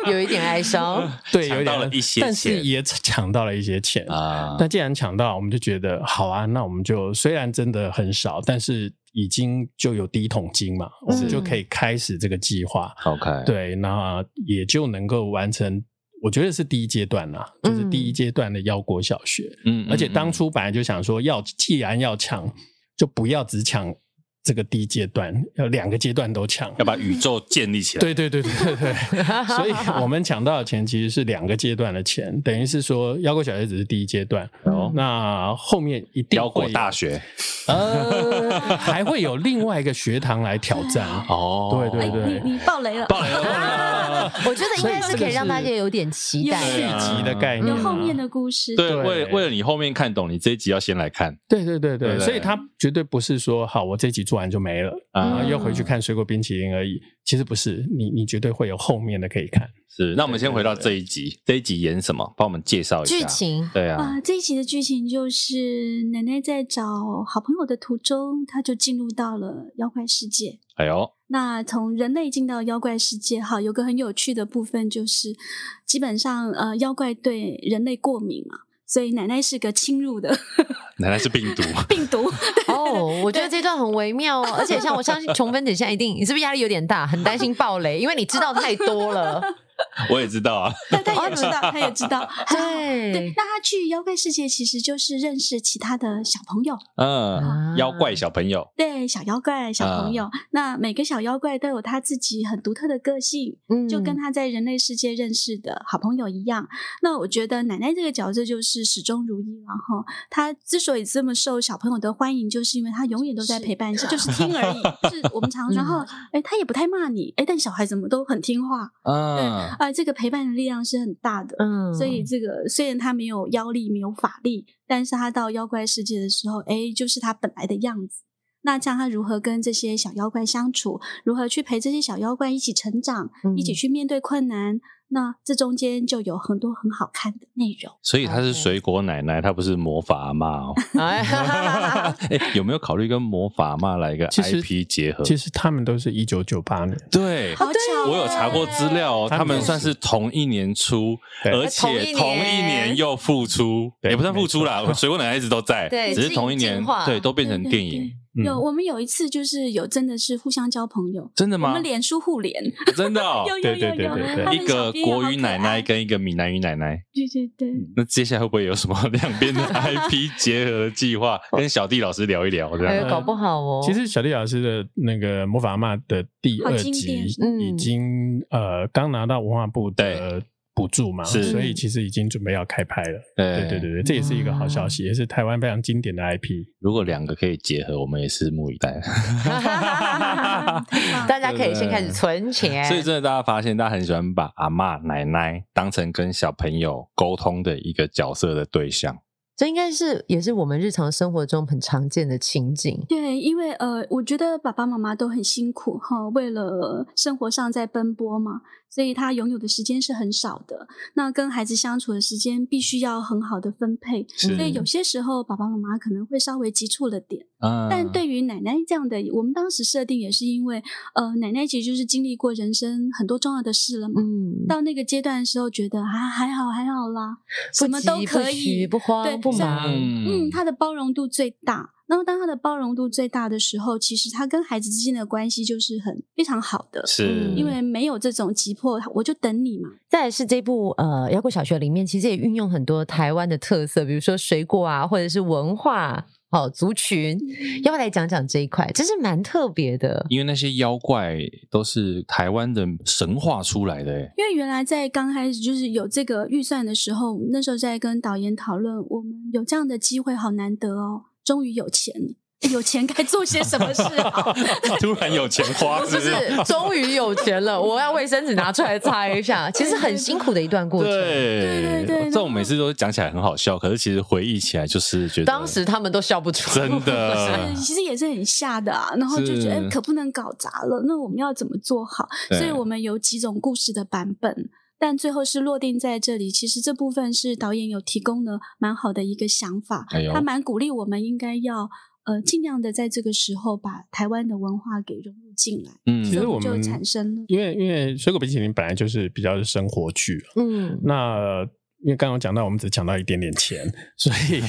[SPEAKER 3] 有一点哀 伤，
[SPEAKER 5] 对，
[SPEAKER 2] 抢
[SPEAKER 5] 有
[SPEAKER 2] 到
[SPEAKER 5] 点
[SPEAKER 2] 了一些
[SPEAKER 5] 但是
[SPEAKER 2] 钱
[SPEAKER 5] 也抢到了一些钱。
[SPEAKER 2] 啊
[SPEAKER 5] 那既然抢到，我们就觉得好啊，那我们就虽然真的很少，但是已经就有第一桶金嘛，我们就可以开始这个计划。
[SPEAKER 2] ，OK，，
[SPEAKER 5] 对，那也就能够完成，我觉得是第一阶段啦，就是第一阶段的腰果小学。
[SPEAKER 2] 嗯
[SPEAKER 5] 而且当
[SPEAKER 2] 嗯
[SPEAKER 5] 初本来就想说要，既然要抢，就不要只抢这个第一阶段，要两个阶段都抢
[SPEAKER 2] 嗯。要把宇宙建立起来，
[SPEAKER 5] 对对对对对 对，所以我们抢到的钱其实是两个阶段的钱，等于是说妖怪小学只是第一阶段，
[SPEAKER 3] 哦
[SPEAKER 5] 那后面一定
[SPEAKER 2] 腰果
[SPEAKER 5] 会有
[SPEAKER 2] 大学
[SPEAKER 5] 呃还会有另外一个学堂来挑战。
[SPEAKER 2] 哦
[SPEAKER 5] 对对对
[SPEAKER 4] 你你爆雷了，
[SPEAKER 2] 爆雷了，爆雷了
[SPEAKER 3] 我觉得应该是可以让大家
[SPEAKER 5] 所以这个是
[SPEAKER 3] 有点期待
[SPEAKER 5] 续
[SPEAKER 4] 对
[SPEAKER 3] 啊。
[SPEAKER 5] 集的概念
[SPEAKER 4] 有
[SPEAKER 5] 啊，
[SPEAKER 4] 后面的故事，
[SPEAKER 2] 嗯对，啊
[SPEAKER 5] 对
[SPEAKER 2] 为了为了你后面看懂，你这一集要先来看
[SPEAKER 5] 对对对
[SPEAKER 2] 对
[SPEAKER 5] 对，
[SPEAKER 2] 对
[SPEAKER 5] 所以他绝对不是说好我这集做完就没了，然
[SPEAKER 2] 啊
[SPEAKER 5] 后，又回去看水果冰淇淋而已。其实不是，你你绝对会有后面的可以看。
[SPEAKER 2] 是。那我们先回到这一集，这一集演什么？帮我们介绍一下
[SPEAKER 3] 剧。情
[SPEAKER 2] 对啊，
[SPEAKER 4] 啊，这一集的剧情就是奶奶在找好朋友的途中，她就进入到了妖怪世界。
[SPEAKER 2] 哎呦，
[SPEAKER 4] 那从人类进到妖怪世界，哈，有个很有趣的部分就是，基本上呃，妖怪对人类过敏嘛，所以奶奶是个侵入的
[SPEAKER 2] 奶奶是病毒，
[SPEAKER 4] 病毒。
[SPEAKER 3] 哦，我觉得这段很微妙哦，而且像我相信琼芬姐现在一定，你是不是压力有点大，很担心暴雷，因为你知道太多 了。
[SPEAKER 2] 我也知道啊。
[SPEAKER 4] 但她也知道，她也知道。对
[SPEAKER 3] 对，，
[SPEAKER 4] 那她去妖怪世界其实就是认识其他的小朋友，
[SPEAKER 3] 啊
[SPEAKER 2] 嗯，妖怪小朋友，
[SPEAKER 4] 对小妖怪、小朋友。那每个小妖怪都有他自己很独特的个性，
[SPEAKER 3] 嗯
[SPEAKER 4] 就跟他在人类世界认识的好朋友一样。那我觉得奶奶这个角色就是始终如一了哈。她之所以这么受小朋友的欢迎，就是因为她永远都在陪伴，这就是听而已， 是我们常说。然后，哎，她也不太骂你，哎，但小孩怎么都很听话
[SPEAKER 2] 嗯，
[SPEAKER 4] 啊、这个陪伴的力量是很大的。
[SPEAKER 3] 嗯
[SPEAKER 4] 所以这个虽然他没有妖力，没有法力，但是他到妖怪世界的时候，哎，就是他本来的样子。那这样他如何跟这些小妖怪相处？如何去陪这些小妖怪一起成长，一起
[SPEAKER 3] 嗯
[SPEAKER 4] 去面对困难？那这中间就有很多很好看的内容。
[SPEAKER 2] 所以她是
[SPEAKER 3] OK
[SPEAKER 2] 水果奶奶，她不是魔法阿嬷 哦。
[SPEAKER 3] 哎哈哈哈哈
[SPEAKER 2] 哎，有没有考虑跟魔法阿嬷来一个
[SPEAKER 5] 其实
[SPEAKER 2] IP 结合？
[SPEAKER 5] 其实他们都是一九九八年，
[SPEAKER 2] 对，
[SPEAKER 4] 好巧，
[SPEAKER 2] 我有查过资。料哦，
[SPEAKER 5] 他
[SPEAKER 2] 他
[SPEAKER 5] 们
[SPEAKER 2] 们
[SPEAKER 5] 有
[SPEAKER 2] 算是同一年出，
[SPEAKER 5] 对
[SPEAKER 2] 而且
[SPEAKER 3] 哎同
[SPEAKER 2] 同
[SPEAKER 3] 一
[SPEAKER 2] 一
[SPEAKER 3] 年
[SPEAKER 2] 年又复出，
[SPEAKER 5] 对
[SPEAKER 2] 也不算复出啦，水果奶奶一直都在，
[SPEAKER 3] 对
[SPEAKER 2] 只是同一
[SPEAKER 3] 进
[SPEAKER 2] 年
[SPEAKER 3] 进化，
[SPEAKER 2] 对，都变成
[SPEAKER 4] 对
[SPEAKER 2] 电影，
[SPEAKER 5] 嗯
[SPEAKER 4] 有我们有一次就是有真的是互相交朋友，
[SPEAKER 2] 真的
[SPEAKER 4] 我
[SPEAKER 2] 吗
[SPEAKER 4] 们？脸书互联，
[SPEAKER 2] 真的哦，
[SPEAKER 4] 有有
[SPEAKER 5] 对
[SPEAKER 4] 有
[SPEAKER 5] 对对
[SPEAKER 4] 有
[SPEAKER 5] 对对，
[SPEAKER 4] 他
[SPEAKER 2] 一
[SPEAKER 4] 们
[SPEAKER 2] 个
[SPEAKER 4] 小编也好
[SPEAKER 2] 国语
[SPEAKER 4] 可
[SPEAKER 2] 奶奶
[SPEAKER 4] 爱
[SPEAKER 2] 跟一嗯个闽南语奶奶，
[SPEAKER 4] 对对对。
[SPEAKER 2] 那接下来会不会有什么两边的 IP 结合计划？跟小弟老师聊一聊，这
[SPEAKER 3] 哎
[SPEAKER 2] 样
[SPEAKER 3] 呦，搞不好哦。
[SPEAKER 5] 其实小丽老师的那个魔法阿嬷的第二
[SPEAKER 4] 好
[SPEAKER 5] 集
[SPEAKER 3] 经典嗯
[SPEAKER 5] 已经、呃刚拿到文化部的补助嘛，
[SPEAKER 2] 是
[SPEAKER 5] 所以其实已经准备要开拍了。对对对。对，这也是一个好消
[SPEAKER 3] 嗯
[SPEAKER 5] 息，也是台湾非常经典的 IP。
[SPEAKER 2] 如果两个可以结合，我们也拭目以待。
[SPEAKER 3] 大家可以先开始存钱，
[SPEAKER 2] 所以真的，大家发现，大家很喜欢把阿嬷、奶奶当成跟小朋友沟通的一个角色的对象。
[SPEAKER 3] 这应该是也是我们日常生活中很常见的情景。
[SPEAKER 4] 对，因为呃，我觉得爸爸妈妈都很辛苦哈，为了生活上在奔波嘛，所以他拥有的时间是很少的。那跟孩子相处的时间必须要很好的分配，
[SPEAKER 2] 是
[SPEAKER 4] 所以有些时候爸爸妈妈可能会稍微急促了点。
[SPEAKER 2] 嗯
[SPEAKER 4] 但对于奶奶这样的，我们当时设定也是因为呃，奶奶其实就是经历过人生很多重要的事了嘛。
[SPEAKER 3] 嗯，
[SPEAKER 4] 到那个阶段的时候，觉得啊还好还好啦，什么都
[SPEAKER 3] 不急
[SPEAKER 4] 可
[SPEAKER 3] 不徐
[SPEAKER 4] 以，
[SPEAKER 3] 不
[SPEAKER 4] 对
[SPEAKER 3] 慌不
[SPEAKER 4] 这样
[SPEAKER 3] 忙。
[SPEAKER 4] 嗯，他的包容度最大。那么当他的包容度最大的时候，其实他跟孩子之间的关系就是很非常好的，
[SPEAKER 2] 是
[SPEAKER 4] 因为没有这种急迫，我就等你嘛。
[SPEAKER 3] 再来是这部呃《摇滚小学》里面，其实也运用很多台湾的特色，比如说水果啊，或者是文化哦族群。
[SPEAKER 2] 嗯
[SPEAKER 3] 要不要来讲讲这一块？真是蛮特别的。
[SPEAKER 2] 因为那些妖怪都是台湾的神话出来的、欸，
[SPEAKER 4] 因为原来在刚开始就是有这个预算的时候，我们那时候在跟导演讨论，我们有这样的机会好难得哦，终于有钱了，有钱该做些什 么事好？
[SPEAKER 2] 突然有钱花，
[SPEAKER 3] 不是， 终于有钱了，我要卫生纸拿出来擦一下。 其实很辛苦的一段过程。
[SPEAKER 2] 对
[SPEAKER 4] 对对对
[SPEAKER 2] 这种每次都讲起来很好笑，可是其实回忆起来就是觉得
[SPEAKER 3] 当时他们都笑不出来，
[SPEAKER 2] 真的
[SPEAKER 4] 是，其实也是很吓的啊。然后就觉得、
[SPEAKER 2] 是
[SPEAKER 4] 哎可不能搞砸了，那我们要怎么做好？
[SPEAKER 2] 对
[SPEAKER 4] 所以我们有几种故事的版本。但最后是落定在这里，其实这部分是导演有提供了蛮好的一个想法，
[SPEAKER 2] 哎呦
[SPEAKER 4] 他蛮鼓励我们应该要呃尽量的在这个时候把台湾的文化给融入进来，
[SPEAKER 2] 嗯
[SPEAKER 5] 其实
[SPEAKER 4] 所以
[SPEAKER 5] 我
[SPEAKER 4] 就
[SPEAKER 5] 们
[SPEAKER 4] 产生了
[SPEAKER 5] 因为因为水果冰淇淋本来就是比较是生活剧，
[SPEAKER 3] 嗯，
[SPEAKER 5] 那因为刚刚讲到，我们只讲到一点点钱，所 以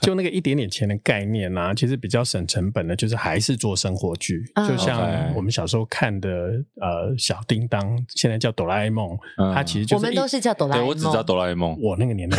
[SPEAKER 5] 就那个一点点钱的概念啊，其实比较省成本的，就是还是做生活剧，
[SPEAKER 3] 嗯
[SPEAKER 5] 就
[SPEAKER 2] OK
[SPEAKER 5] 像我们小时候看的呃小叮当，现在叫哆啦 A 梦，
[SPEAKER 2] 嗯
[SPEAKER 5] 它其实就
[SPEAKER 3] 我
[SPEAKER 5] 是
[SPEAKER 3] 们
[SPEAKER 5] 一
[SPEAKER 3] 都是叫哆啦 A
[SPEAKER 2] 对
[SPEAKER 3] 梦。
[SPEAKER 2] 我只知道哆啦 A 梦，
[SPEAKER 5] 我那个年代，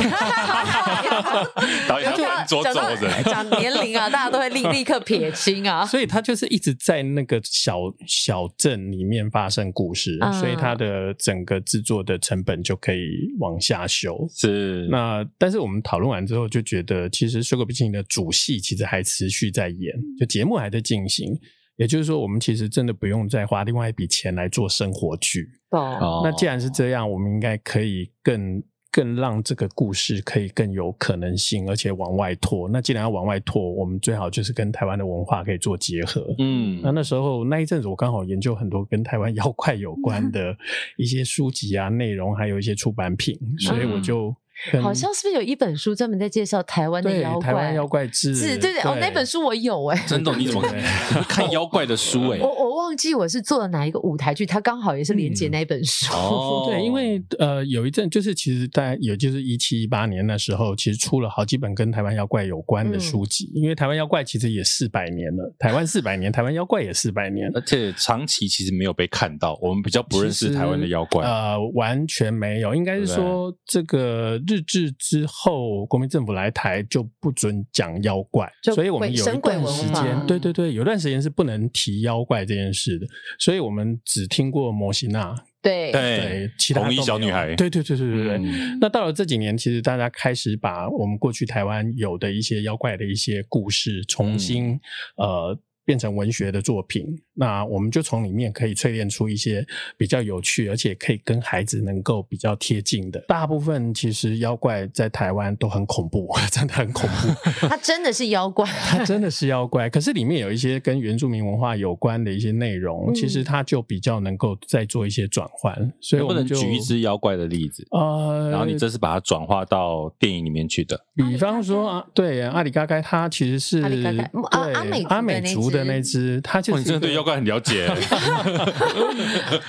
[SPEAKER 2] 导演
[SPEAKER 3] 要
[SPEAKER 2] 他
[SPEAKER 3] 不要
[SPEAKER 2] 翻桌
[SPEAKER 3] 讲
[SPEAKER 2] 走
[SPEAKER 3] 到
[SPEAKER 2] 人，
[SPEAKER 3] 讲年龄啊，大家都会立立刻撇清啊。
[SPEAKER 5] 所以它 就是一直在那个小小镇里面发生故事，
[SPEAKER 3] 嗯
[SPEAKER 5] 所以它的整个制作的成本就可以往下修。
[SPEAKER 2] 是
[SPEAKER 5] 那但是我们讨论完之后就觉得，其实《水果冰淇淋》的主戏其实还持续在演，
[SPEAKER 2] 嗯
[SPEAKER 5] 就节目还在进行。也就是说，我们其实真的不用再花另外一笔钱来做生活剧。
[SPEAKER 3] 懂，
[SPEAKER 2] 哦
[SPEAKER 5] 那既然是这样，我们应该可以更更让这个故事可以更有可能性，而且往外拓。那既然要往外拓，我们最好就是跟台湾的文化可以做结合。
[SPEAKER 2] 嗯
[SPEAKER 5] 那那时候那一阵子，我刚好研究很多跟台湾 妖怪有 关的一些书籍啊、内容，还有一些出版品，所以我
[SPEAKER 2] 嗯
[SPEAKER 5] 就跟
[SPEAKER 3] 好像是不是有一本书专门在介绍台湾的
[SPEAKER 5] 对
[SPEAKER 3] 妖怪？
[SPEAKER 5] 台湾妖怪志
[SPEAKER 3] 是，对对，哦，那本书我有哎、
[SPEAKER 2] 真的你怎么
[SPEAKER 5] 对
[SPEAKER 2] 看妖怪的书哎、
[SPEAKER 3] 我我忘记我是做了哪一个舞台剧，它刚好也是连接
[SPEAKER 5] 嗯
[SPEAKER 3] 那一本书。
[SPEAKER 2] 哦
[SPEAKER 5] 对，因为呃，有一阵就是其实大概也就是一七一八年那时候，其实出了好几本跟台湾妖怪有关的
[SPEAKER 3] 嗯
[SPEAKER 5] 书籍，因为台湾妖怪其实也四百年了，台湾四百年，台湾妖怪也四百年。
[SPEAKER 2] 而且长期其实没有被看到，我们比较不认识
[SPEAKER 5] 其实
[SPEAKER 2] 台湾的妖怪，
[SPEAKER 5] 呃，完全没有，应该是说这个日治之后，国民政府来台就不准讲妖怪，
[SPEAKER 3] 就
[SPEAKER 5] 所以我们
[SPEAKER 3] 鬼
[SPEAKER 5] 有一
[SPEAKER 3] 神鬼
[SPEAKER 5] 段
[SPEAKER 3] 文
[SPEAKER 5] 时
[SPEAKER 3] 化
[SPEAKER 5] 间，对对对，有段时间是不能提妖怪这件事的，所以我们只听过摩西娜，
[SPEAKER 3] 对，
[SPEAKER 2] 对
[SPEAKER 5] 对，，其他
[SPEAKER 2] 哎红
[SPEAKER 5] 都
[SPEAKER 2] 衣
[SPEAKER 5] 没
[SPEAKER 2] 小女
[SPEAKER 5] 有
[SPEAKER 2] 孩，
[SPEAKER 5] 对对对对对对。
[SPEAKER 2] 嗯
[SPEAKER 5] 那到了这几年，其实大家开始把我们过去台湾有的一些妖怪的一些故事，
[SPEAKER 2] 嗯
[SPEAKER 5] 重新、呃变成文学的作品。那我们就从里面可以淬炼出一些比较有趣，而且可以跟孩子能够比较贴近的。大部分其实妖怪在台湾都很恐怖， 真的很恐怖。
[SPEAKER 3] 它真的是妖怪。
[SPEAKER 5] 它真的是妖怪，可是里面有一些跟原住民文化有关的一些内容，
[SPEAKER 3] 嗯
[SPEAKER 5] 其实它就比较能够再做一些转换，所以
[SPEAKER 2] 能
[SPEAKER 5] 我
[SPEAKER 2] 不能
[SPEAKER 5] 们就
[SPEAKER 2] 举一只妖怪的例子？
[SPEAKER 5] 呃，
[SPEAKER 2] 然后你这是把它转化到电影里面去的，
[SPEAKER 5] 比方说啊，对阿里嘎嘎，它其实是
[SPEAKER 3] 阿里嘎嘎嗯啊
[SPEAKER 5] 对
[SPEAKER 3] 阿美族的
[SPEAKER 5] 阿美族的
[SPEAKER 3] 那
[SPEAKER 5] 那只，它就
[SPEAKER 2] 哇，哦你
[SPEAKER 5] 是一个
[SPEAKER 2] 真的对妖怪很了 解。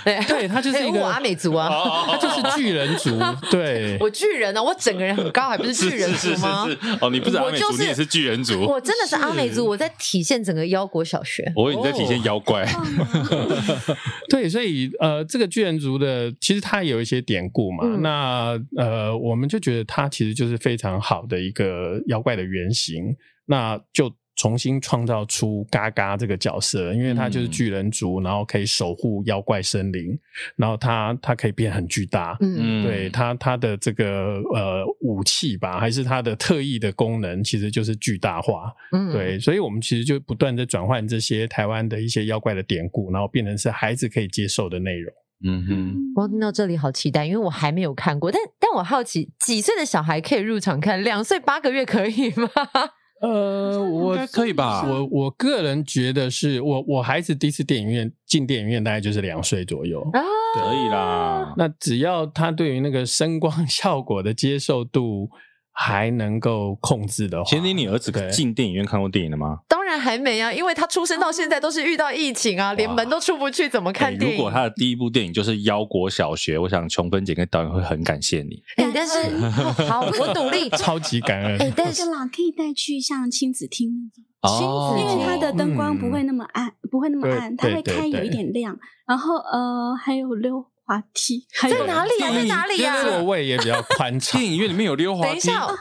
[SPEAKER 3] 对，
[SPEAKER 5] 对它就是
[SPEAKER 3] 哎
[SPEAKER 5] 一
[SPEAKER 3] 我
[SPEAKER 5] 个
[SPEAKER 3] 阿美族
[SPEAKER 2] 哦
[SPEAKER 3] 啊，
[SPEAKER 5] 它就是巨人 族，对
[SPEAKER 3] 我巨人啊，我整个人很高，还不是巨人族
[SPEAKER 2] 是是
[SPEAKER 3] 吗？
[SPEAKER 2] 是是哦，你不是阿美
[SPEAKER 3] 我
[SPEAKER 2] 族，
[SPEAKER 3] 就是
[SPEAKER 2] 你也是巨人族。
[SPEAKER 3] 我真的是阿美
[SPEAKER 5] 是
[SPEAKER 3] 族，我在体现整个妖国小学。
[SPEAKER 2] 我以为你在体现妖怪，
[SPEAKER 3] 哦
[SPEAKER 4] 啊
[SPEAKER 5] 对，所以呃，这个巨人族的其实它有一些典故嘛，
[SPEAKER 3] 嗯
[SPEAKER 5] 那呃，我们就觉得它其实就是非常好的一个妖怪的原型，那就。重新创造出嘎嘎这个角色，因为它
[SPEAKER 2] 嗯
[SPEAKER 5] 就是巨人族，然后可以守护妖怪森林，然后它它可以变很巨大，
[SPEAKER 2] 嗯，
[SPEAKER 3] 嗯，
[SPEAKER 5] 对它它的这个呃武器吧，还是它的特异的功能，其实就是巨大化。
[SPEAKER 3] 嗯，
[SPEAKER 5] 对，所以我们其实就不断的转换这些台湾的一些妖怪的典故，然后变成是孩子可以接受的内容。
[SPEAKER 2] 嗯哼，
[SPEAKER 3] 我听到这里好期待，因为我还没有看过，但但我好奇，几岁的小孩可以入场看？两岁八个月可以吗？
[SPEAKER 5] 呃，
[SPEAKER 2] 应
[SPEAKER 5] 我啊
[SPEAKER 2] 该可以吧？
[SPEAKER 5] 我我个人觉得是我我孩子第一次电影院进电影院大概就是两岁左右，
[SPEAKER 3] 啊，
[SPEAKER 2] 可以啦。
[SPEAKER 5] 那只要他对于那个声光效果的接受度还能够控制的话，
[SPEAKER 2] 贤弟，你儿子
[SPEAKER 5] 对
[SPEAKER 2] 进电影院看过电影了吗？
[SPEAKER 3] 当然还没啊，因为他出生到现
[SPEAKER 4] 哦
[SPEAKER 3] 在都是遇到疫情啊，连门都出不去，怎么看
[SPEAKER 2] 哎
[SPEAKER 3] 电影？
[SPEAKER 2] 如果他的第一部电影就是《腰果小学》，我想琼芬姐跟导演会很感谢你。
[SPEAKER 3] 哎、但 是好，我努力。
[SPEAKER 5] 超 级感
[SPEAKER 3] 哎、
[SPEAKER 5] 恩。
[SPEAKER 3] 但
[SPEAKER 4] 是
[SPEAKER 3] 是
[SPEAKER 4] 啦，可以带去像亲子厅
[SPEAKER 3] 哦
[SPEAKER 4] 因为它的灯光
[SPEAKER 5] 嗯
[SPEAKER 4] 不会那么暗，不会那么
[SPEAKER 5] 对
[SPEAKER 4] 暗，它
[SPEAKER 5] 对
[SPEAKER 4] 会
[SPEAKER 5] 对
[SPEAKER 4] 开有
[SPEAKER 5] 对
[SPEAKER 4] 一点亮。然后呃，还有溜滑梯，还有
[SPEAKER 3] 在哪里啊？在哪里啊？
[SPEAKER 5] 座位也比较宽敞
[SPEAKER 2] 电，影院里面有溜滑
[SPEAKER 3] 等一
[SPEAKER 2] 梯，
[SPEAKER 3] 下，
[SPEAKER 4] 有啊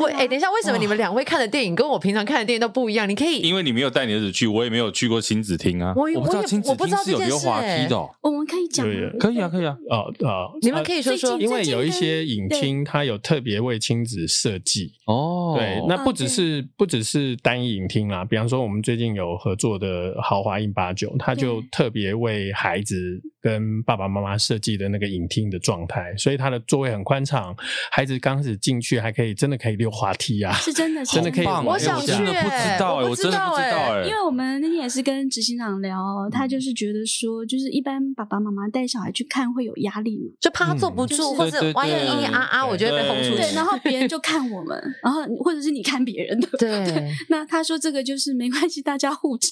[SPEAKER 3] 我
[SPEAKER 4] 有
[SPEAKER 3] 哎、
[SPEAKER 4] 啊
[SPEAKER 3] 等一下，为什么你们两位看的电影跟我平常看的电影都不一样？你可以，
[SPEAKER 2] 因为你没有带你儿子去，我也没有去过亲子厅啊。
[SPEAKER 3] 我也
[SPEAKER 2] 不知道
[SPEAKER 3] 我也
[SPEAKER 2] 亲子
[SPEAKER 3] 我不知
[SPEAKER 2] 厅
[SPEAKER 3] 道
[SPEAKER 2] 是有
[SPEAKER 3] 这件
[SPEAKER 2] 溜
[SPEAKER 3] 事哎
[SPEAKER 2] 滑梯的哦、
[SPEAKER 4] 我们可以讲
[SPEAKER 5] 对
[SPEAKER 4] 吗
[SPEAKER 5] 对
[SPEAKER 2] 可以啊，可以啊。
[SPEAKER 5] 哦哦，
[SPEAKER 3] 你们可以说说
[SPEAKER 4] 最近
[SPEAKER 5] 因为有一些影
[SPEAKER 4] 对
[SPEAKER 5] 厅，它有特别为亲子设计。
[SPEAKER 2] 哦，
[SPEAKER 5] 对，那不只是不只是单一影厅啦，比方说我们最近有合作的豪华印八九，它就
[SPEAKER 4] 对
[SPEAKER 5] 特别为孩子跟爸爸妈妈设计的那个影厅的状态，所以它的座位很宽敞，孩子刚开始进去还可以真的可以溜滑梯啊，
[SPEAKER 4] 是真的，是
[SPEAKER 5] 真的可以
[SPEAKER 2] 好棒哦
[SPEAKER 5] 我
[SPEAKER 2] 哎
[SPEAKER 5] 想
[SPEAKER 2] 我真的
[SPEAKER 3] 去
[SPEAKER 2] 不
[SPEAKER 3] 哎
[SPEAKER 2] 知道哎，
[SPEAKER 3] 我
[SPEAKER 2] 我
[SPEAKER 3] 不知
[SPEAKER 2] 真的不
[SPEAKER 3] 道
[SPEAKER 2] 知
[SPEAKER 3] 哎
[SPEAKER 2] 道哎，
[SPEAKER 4] 欸因为我们那天也是跟执行长聊哦，他就是觉得说，就是一般爸爸妈妈带小孩去看会有压力嘛，
[SPEAKER 3] 就怕他坐不住，
[SPEAKER 4] 嗯
[SPEAKER 3] 或者
[SPEAKER 2] 对对
[SPEAKER 3] 万一
[SPEAKER 2] 对
[SPEAKER 3] 咿咿啊啊，
[SPEAKER 5] 对
[SPEAKER 3] 我就会被轰出去。
[SPEAKER 2] 对
[SPEAKER 4] 对，然后别人就看我们，然后或者是你看别人的，
[SPEAKER 3] 对，
[SPEAKER 4] 那他说这个就是没关系，大家互吵，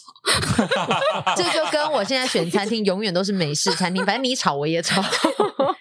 [SPEAKER 3] 这就跟我现在选餐厅永远都是美式餐厅，反正你吵我也吵。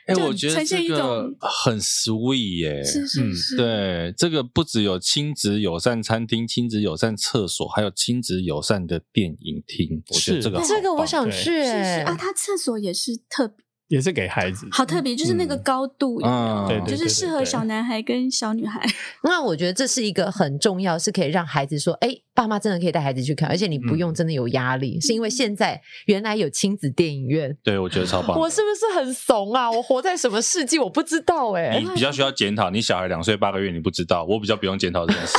[SPEAKER 2] 哎，
[SPEAKER 4] 就
[SPEAKER 2] 我觉得
[SPEAKER 4] 呈现
[SPEAKER 2] 这
[SPEAKER 4] 一
[SPEAKER 2] 个
[SPEAKER 4] 种
[SPEAKER 2] 很 sweet 耶。
[SPEAKER 4] 是
[SPEAKER 5] 嗯
[SPEAKER 4] 是是，，
[SPEAKER 2] 对，这个不只有亲子友善餐厅、亲子友善厕所，还有亲子友善的电影厅。我觉得
[SPEAKER 5] 是
[SPEAKER 2] 这个好
[SPEAKER 3] 哎这个我
[SPEAKER 2] 棒
[SPEAKER 3] 想去、
[SPEAKER 4] 是
[SPEAKER 3] 哎
[SPEAKER 4] 是啊，他厕所也是特别
[SPEAKER 5] 也是给孩子。
[SPEAKER 4] 好特别，就是那个
[SPEAKER 5] 嗯
[SPEAKER 4] 高度有没有，
[SPEAKER 2] 嗯对对
[SPEAKER 4] 就
[SPEAKER 5] 对
[SPEAKER 4] 是适
[SPEAKER 5] 对
[SPEAKER 4] 合
[SPEAKER 5] 对
[SPEAKER 4] 小男孩跟小女孩，
[SPEAKER 3] 那我觉得这是一个很重要，是可以让孩子说，哎、爸妈真的可以带孩子去看，而且你
[SPEAKER 2] 嗯
[SPEAKER 3] 不用真的有压力，是因为现在原来有亲子电影院。
[SPEAKER 2] 对，我觉得超棒的。
[SPEAKER 3] 我是不是很怂啊？我活在什么世纪？我不知道哎、
[SPEAKER 2] 你比较需要检讨，你小孩两岁八个月，你不知道，我比较不用检讨这件事。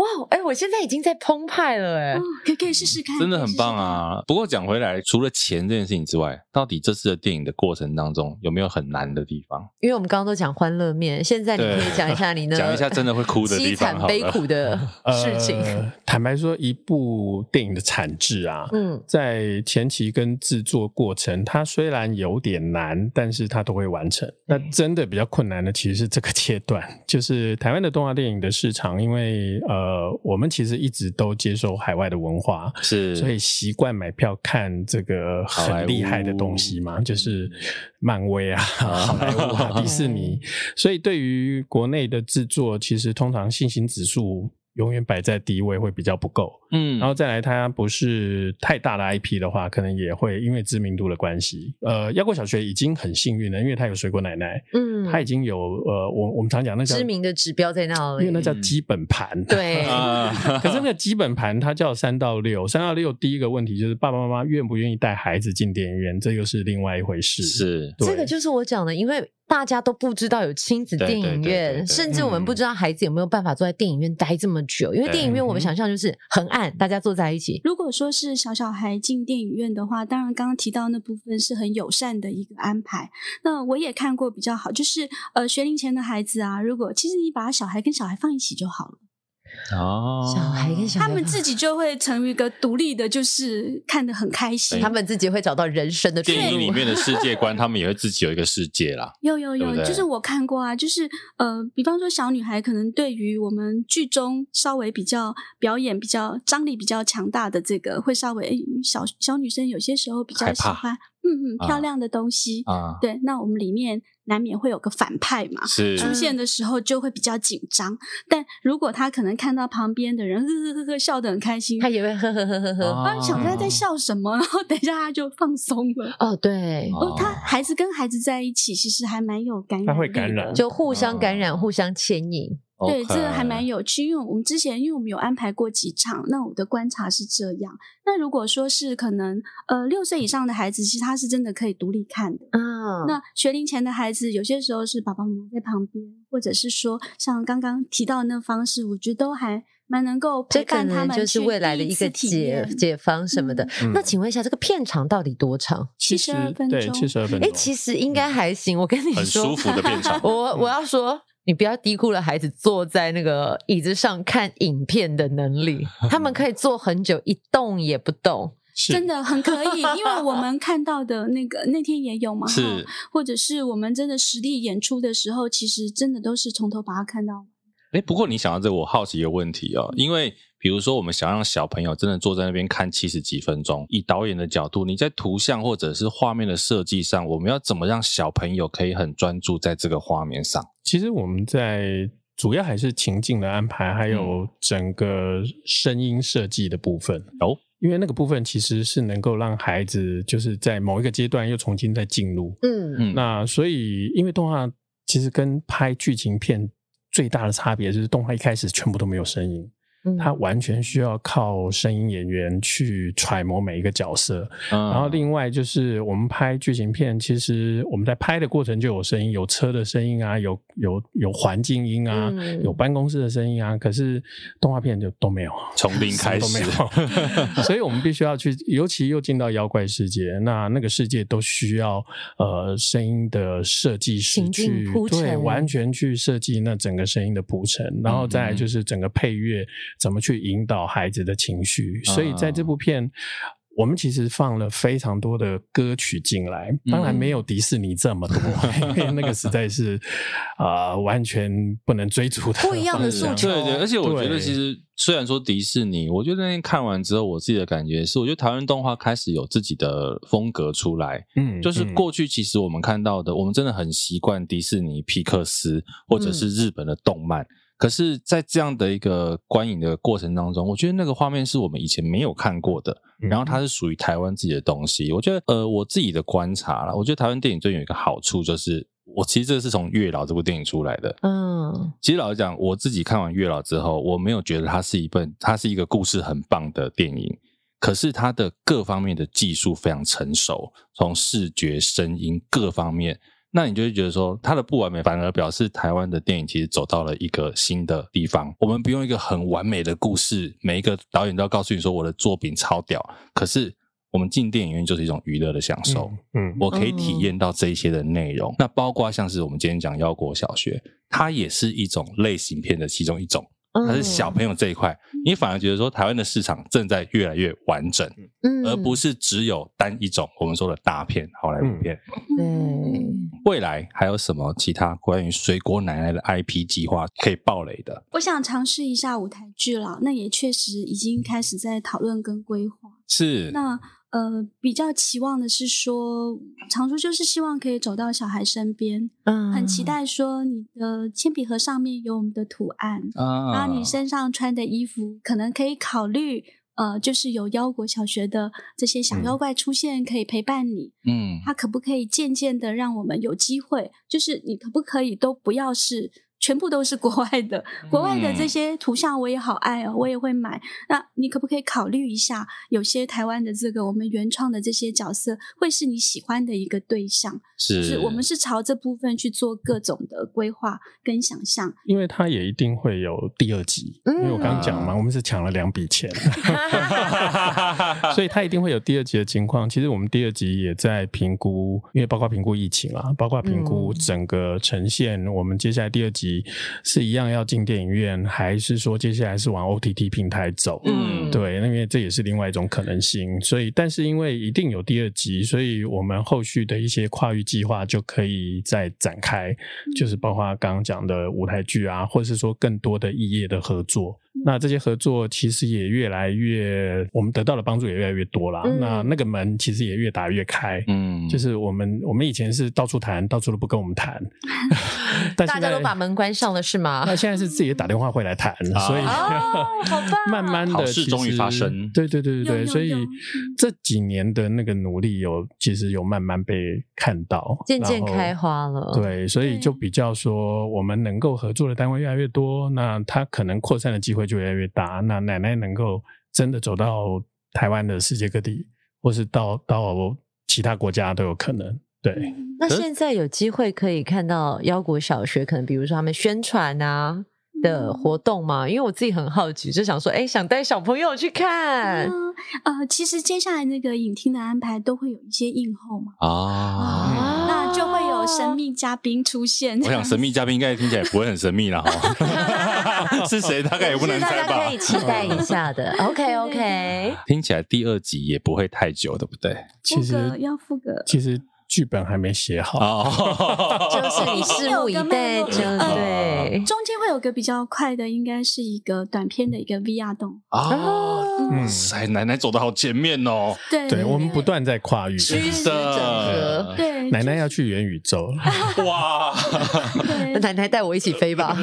[SPEAKER 3] 哇，哎、我现在已经在澎湃了哎、
[SPEAKER 4] 嗯可以可以试试看，
[SPEAKER 2] 真的
[SPEAKER 4] 可以
[SPEAKER 2] 很
[SPEAKER 4] 试试
[SPEAKER 2] 棒
[SPEAKER 4] 看！
[SPEAKER 2] 啊！不过讲回来，除了钱这件事情之外，到底这次的电影的过程当中有没有很难的地方？
[SPEAKER 3] 因为我们刚刚都讲欢乐面，现在你可以
[SPEAKER 2] 对
[SPEAKER 3] 讲一下你 呢？
[SPEAKER 2] 讲一下真的会哭的地
[SPEAKER 3] 凄
[SPEAKER 2] 方
[SPEAKER 3] 惨
[SPEAKER 2] 好
[SPEAKER 3] 悲苦
[SPEAKER 2] 了。
[SPEAKER 3] 的事情。
[SPEAKER 5] 呃，坦白说，一部电影的产制啊，
[SPEAKER 3] 嗯，
[SPEAKER 5] 在前期跟制作过程，它虽然有点难，但是它都会完成。那真的比较困难的其实是这个阶段，就是台湾的动画电影的市场，因为呃，我们其实一直都接受海外的文化，
[SPEAKER 2] 是，
[SPEAKER 5] 所以习惯买票看这个很厉害的东西嘛，就是漫威啊、好莱坞啊、迪士尼。所以对于国内的制作，其实通常信心指数永远摆在第一位，会比较不够。
[SPEAKER 2] 嗯，
[SPEAKER 5] 然后再来，它不是太大的 IP 的话，可能也会因为知名度的关系。呃，药果小学已经很幸运了，因为它有水果奶奶，
[SPEAKER 3] 嗯
[SPEAKER 5] 它已经有呃，我我们常讲那叫
[SPEAKER 3] 知，名的指标在那
[SPEAKER 5] 因为
[SPEAKER 3] 里。嗯
[SPEAKER 5] 那叫基本盘。。
[SPEAKER 3] 对，
[SPEAKER 2] 啊，
[SPEAKER 5] 可是那个基本盘，它叫三到六，三到六第一个问题就是爸爸妈妈愿不愿意带孩子进电影院，这又是另外一回 事。，
[SPEAKER 2] 是
[SPEAKER 5] 对
[SPEAKER 3] 这个就是我讲的，因为大家都不知道有亲子电影
[SPEAKER 2] 对对对对
[SPEAKER 3] 院，
[SPEAKER 2] 对
[SPEAKER 3] 甚至我们
[SPEAKER 5] 嗯
[SPEAKER 3] 不知道孩子有没有办法坐在电影院待这么久，因为
[SPEAKER 2] 对
[SPEAKER 3] 电影院我们
[SPEAKER 5] 嗯哼
[SPEAKER 3] 想象就是很暗，大家坐在一起。
[SPEAKER 4] 如果说是小小孩进电影院的话，当然刚刚提到那部分是很友善的一个安排。那我也看过比较好，就是呃学龄前的孩子啊，如果其实你把小孩跟小孩放一起就好了，
[SPEAKER 2] 哦，
[SPEAKER 3] 小孩跟小孩
[SPEAKER 4] 他们自己就会成为一个独立的，就是看得很开心
[SPEAKER 3] 他。们自己会找到人生的出
[SPEAKER 2] 电影里
[SPEAKER 3] 路。
[SPEAKER 2] 面的世界观，他们也会自己有一个世界啦。
[SPEAKER 4] 有有
[SPEAKER 2] 对
[SPEAKER 4] 有，
[SPEAKER 2] 不对
[SPEAKER 4] 就是我看过啊，就是呃，比方说小女孩可能对于我们剧中稍微比较表演比较张力比较强大的这个，会稍微诶小小女生有些时候比较
[SPEAKER 2] 害
[SPEAKER 4] 喜
[SPEAKER 2] 怕
[SPEAKER 4] 欢，嗯嗯，
[SPEAKER 2] 啊
[SPEAKER 4] 漂亮的东西。
[SPEAKER 2] 啊，
[SPEAKER 4] 对，那我们里面难免会有个反派嘛，
[SPEAKER 2] 是
[SPEAKER 4] 出现的时候就会比较紧张。但如果他可能看到旁边的人呵呵呵呵笑得很开心，
[SPEAKER 3] 他也会呵呵呵呵呵。
[SPEAKER 4] 他想
[SPEAKER 2] 哦
[SPEAKER 4] 他在笑什么，然后等一下他就放松了。
[SPEAKER 3] 哦，对，
[SPEAKER 2] 哦
[SPEAKER 4] 哦，他孩子跟孩子在一起，其实还蛮有感染力的，
[SPEAKER 5] 他会感染
[SPEAKER 3] 就互相感染，
[SPEAKER 2] 嗯
[SPEAKER 3] 互相牵引。
[SPEAKER 2] 哦
[SPEAKER 4] 对，这个还蛮
[SPEAKER 2] 有
[SPEAKER 4] 有趣，因为我们之前因为我们有安排过几场，那我的观察是这样。那如果说是可能呃六岁以上的孩子，其实他是真的可以独立看的。
[SPEAKER 3] 嗯，
[SPEAKER 4] 哦那学龄前的孩子，有些时候是爸爸妈妈在旁边，或者是说像刚刚提到的那方式，我觉得都还蛮能够
[SPEAKER 3] 这
[SPEAKER 4] 陪
[SPEAKER 3] 可
[SPEAKER 4] 伴他
[SPEAKER 3] 能
[SPEAKER 4] 们
[SPEAKER 3] 就是
[SPEAKER 4] 去
[SPEAKER 3] 未来
[SPEAKER 4] 第
[SPEAKER 3] 的一
[SPEAKER 4] 次
[SPEAKER 3] 个
[SPEAKER 4] 体
[SPEAKER 3] 解
[SPEAKER 4] 验
[SPEAKER 3] 解方什么的。
[SPEAKER 5] 嗯
[SPEAKER 3] 那请问一下，这个片长到底多长？
[SPEAKER 5] 其实
[SPEAKER 4] 72分
[SPEAKER 5] 对，
[SPEAKER 4] 钟
[SPEAKER 5] 七十二分
[SPEAKER 3] 哎、
[SPEAKER 5] 钟。
[SPEAKER 3] 其实应该还行。我跟你
[SPEAKER 2] 嗯很
[SPEAKER 3] 说。
[SPEAKER 2] 舒，服的 片场
[SPEAKER 3] 我我要说，你不要低估了孩子坐在那个椅子上看影片的能力，他们可以坐很久，一动也不动。
[SPEAKER 5] 是
[SPEAKER 4] 真的很可以，因为我们看到的那个那天 也有嘛，哈
[SPEAKER 2] 是，
[SPEAKER 4] 或者是我们真的实地演出的时候，其实真的都是从头把它看到。
[SPEAKER 2] 哎，不过你想到这，我好奇一个问题哦，因为比如说我们想让小朋友真的坐在那边看七十几分钟，以导演的角度，你在图像或者是画面的设计上，我们要怎么让小朋友可以很专注在这个画面上？
[SPEAKER 5] 其实我们在主要还是情境的安排，还
[SPEAKER 3] 嗯
[SPEAKER 5] 有整个声音设计的部分
[SPEAKER 2] 哦。
[SPEAKER 5] 因为那个部分其实是能够让孩子就是在某一个阶段又重新再进入。
[SPEAKER 3] 嗯
[SPEAKER 2] 嗯
[SPEAKER 5] 那所以，因为动画其实跟拍剧情片最大的差别就是，动画一开始全部都没有声音，
[SPEAKER 3] 嗯
[SPEAKER 5] 它完全需要靠声音演员去揣摩每一个角色。
[SPEAKER 2] 嗯
[SPEAKER 5] 然后另外就是我们拍剧情片，其实我们在拍的过程就有声音，有车的声音啊，有有有环境音啊，
[SPEAKER 3] 嗯
[SPEAKER 5] 有办公室的声音啊。可是动画片就都没有，
[SPEAKER 2] 从零开始
[SPEAKER 5] 什么都没有。所以我们必须要去，尤其又进到妖怪世界，那那个世界都需要呃声音的设计师
[SPEAKER 3] 情境
[SPEAKER 5] 去
[SPEAKER 3] 铺陈
[SPEAKER 5] 对完全去设计那整个声音的铺陈，然后再来
[SPEAKER 2] 嗯
[SPEAKER 5] 就是整个配乐怎么去引导孩子的情绪。所以在这
[SPEAKER 2] 啊
[SPEAKER 5] 部片。我们其实放了非常多的歌曲进来，当然
[SPEAKER 2] 嗯
[SPEAKER 5] 没有迪士尼这么多， 因为那个实在是啊、呃完全不能追逐的
[SPEAKER 3] 不一样的
[SPEAKER 5] 方
[SPEAKER 3] 诉
[SPEAKER 5] 向
[SPEAKER 3] 求
[SPEAKER 2] 对对，而且我觉得
[SPEAKER 5] 对
[SPEAKER 2] 其实虽然说迪士尼，我觉得那天看完之后，我自己的感觉是，我觉得台湾动画开始有自己的风格出来。
[SPEAKER 5] 嗯
[SPEAKER 2] 就是
[SPEAKER 5] 嗯
[SPEAKER 2] 过去其实我们看到的，我们真的很习惯迪士尼、皮克斯或者
[SPEAKER 3] 嗯
[SPEAKER 2] 是日本的动漫。可是，在这样的一个观影的过程当中，我觉得那个画面是我们以前没有看过的，
[SPEAKER 5] 嗯
[SPEAKER 2] 然后它是属于台湾自己的东西。我觉得，呃，我自己的观察啦，我觉得台湾电影最有一个好处就是，我其实这个是从《月老》这部电影出来的，
[SPEAKER 3] 嗯
[SPEAKER 2] 其实老实讲，我自己看完《月老》之后，我没有觉得它是一本，它是一个故事很棒的电影。可是它的各方面的技术非常成熟，从视觉、声音各方面，那你就会觉得说，它的不完美反而表示台湾的电影其实走到了一个新的地方。我们不用一个很完美的故事，每一个导演都要告诉你说我的作品超屌。可是我们进电影院就是一种娱乐的享受。
[SPEAKER 5] 嗯
[SPEAKER 2] 我可以体验到这一些的内容。那包括像是我们今天讲妖国小学，它也是一种类型片的其中一种，
[SPEAKER 3] 嗯
[SPEAKER 2] 它是小朋友这一块，你反而觉得说台湾的市场正在越来越完整，
[SPEAKER 3] 嗯
[SPEAKER 2] 而不是只有单一种我们说的大片、好
[SPEAKER 5] 嗯
[SPEAKER 2] 莱坞片。
[SPEAKER 4] 嗯
[SPEAKER 3] 对。
[SPEAKER 2] 未来还有什么其他关于水果奶奶的 IP 计划可以爆雷的？
[SPEAKER 4] 我想尝试一下舞台剧了，那也确实已经开始在讨论跟规划。
[SPEAKER 2] 是
[SPEAKER 4] 那呃，比较期望的是说，常说就是希望可以走到小孩身边，
[SPEAKER 3] 嗯
[SPEAKER 4] 很 期。待说你的铅笔盒上面有我们的图案，然
[SPEAKER 2] 啊
[SPEAKER 4] 后你身上穿的衣服可能可以考虑。呃，就是有妖国小学的这些小妖怪出现，可以陪伴你。
[SPEAKER 2] 嗯
[SPEAKER 4] 它可不可以渐渐的让我们有机会？就是你可不可以都不要是全部都是国外的，国外的这些图像我也好爱哦，我也会买。那你可不可以考虑一下，有些台湾的这个我们原创的这些角色，会是你喜欢的一个对象？就是
[SPEAKER 2] 是
[SPEAKER 4] 我们是朝这部分去做各种的规划跟想象。
[SPEAKER 5] 因为它也一定会有第二集，
[SPEAKER 3] 嗯
[SPEAKER 5] 因为我刚刚讲嘛，
[SPEAKER 2] 啊
[SPEAKER 5] 我们是抢了两笔钱，
[SPEAKER 3] 嗯
[SPEAKER 5] 所以它一定会有第二集的情况。其实我们第二集也在评估，因为包括评估疫情啦，包括评估
[SPEAKER 3] 嗯
[SPEAKER 5] 整个呈现，我们接下来第二集是一样要进电影院，还是说接下来是往 OTT 平台走？
[SPEAKER 2] 嗯
[SPEAKER 5] 对，那因为这也是另外一种可能性，所以但是因为一定有第二集，所以我们后续的一些跨域计划就可以再展开，
[SPEAKER 3] 嗯
[SPEAKER 5] 就是包括刚刚讲的舞台剧啊，或是说更多的异业的合作。
[SPEAKER 3] 嗯
[SPEAKER 5] 那这些合作其实也越来越，我们得到的帮助也越来越多啦。
[SPEAKER 3] 嗯
[SPEAKER 5] 那那个门其实也越打越开。
[SPEAKER 2] 嗯
[SPEAKER 5] 就是我们，我们以前是到处谈，到处都不跟我 们谈，但
[SPEAKER 3] 大
[SPEAKER 5] 现
[SPEAKER 3] 家
[SPEAKER 5] 在
[SPEAKER 3] 都把门关上了是吗
[SPEAKER 5] 那？现在是自己打电话会来谈，
[SPEAKER 2] 啊
[SPEAKER 5] 所以、
[SPEAKER 3] 哦好棒
[SPEAKER 5] 慢慢的
[SPEAKER 2] 好事终于发生
[SPEAKER 5] 对对对对
[SPEAKER 4] 有有
[SPEAKER 5] 对，所以
[SPEAKER 4] 有嗯
[SPEAKER 5] 这几年的那个努力有其实有慢慢被看到，
[SPEAKER 3] 渐渐
[SPEAKER 5] 然后
[SPEAKER 3] 开花了
[SPEAKER 5] 对，所以就比较说我们能够合作的单位越来越多，那它可能扩散的机会就越来越大。那奶奶能够真的走到台湾的世界各地，或是到到其他国家都有可能。对，
[SPEAKER 4] 嗯
[SPEAKER 3] 嗯那现在有机会可以看到妖国小学，可能比如说他们宣传啊，的活动吗？因为我自己很好奇，就想说，哎，想带小朋友去看。
[SPEAKER 4] 嗯呃，其实接下来那个影厅的安排都会有一些映后嘛，
[SPEAKER 2] 啊。
[SPEAKER 3] 啊
[SPEAKER 4] 那就会有神秘嘉宾出现。
[SPEAKER 2] 我 想神秘嘉宾应该听起来不会很神秘了 哈，是谁大概也不能
[SPEAKER 3] 是大
[SPEAKER 2] 猜
[SPEAKER 3] 家
[SPEAKER 2] 吧
[SPEAKER 3] 可以。期待一下 的。OK OK，
[SPEAKER 2] 听起来第二集也不会太久，对不对？
[SPEAKER 5] 其
[SPEAKER 4] 副歌
[SPEAKER 5] 实
[SPEAKER 4] 要副歌
[SPEAKER 5] 其实剧本还没写
[SPEAKER 2] 啊
[SPEAKER 5] 好，
[SPEAKER 2] 哦，
[SPEAKER 3] 就是你拭目以待，就对。
[SPEAKER 4] 中间会有个比较快的，应该是一个短片的一个 VR 动。
[SPEAKER 3] 哦
[SPEAKER 2] 啊，
[SPEAKER 5] 嗯
[SPEAKER 2] 哇塞，奶奶走的好前面哦，
[SPEAKER 4] 对
[SPEAKER 5] 对我们不断在跨越。
[SPEAKER 3] 虚实
[SPEAKER 2] 真
[SPEAKER 3] 整合
[SPEAKER 2] 的，
[SPEAKER 4] 对
[SPEAKER 5] 奶奶要去元宇宙了，
[SPEAKER 2] 哇，
[SPEAKER 4] 对
[SPEAKER 3] 那奶奶带我一起飞 吧！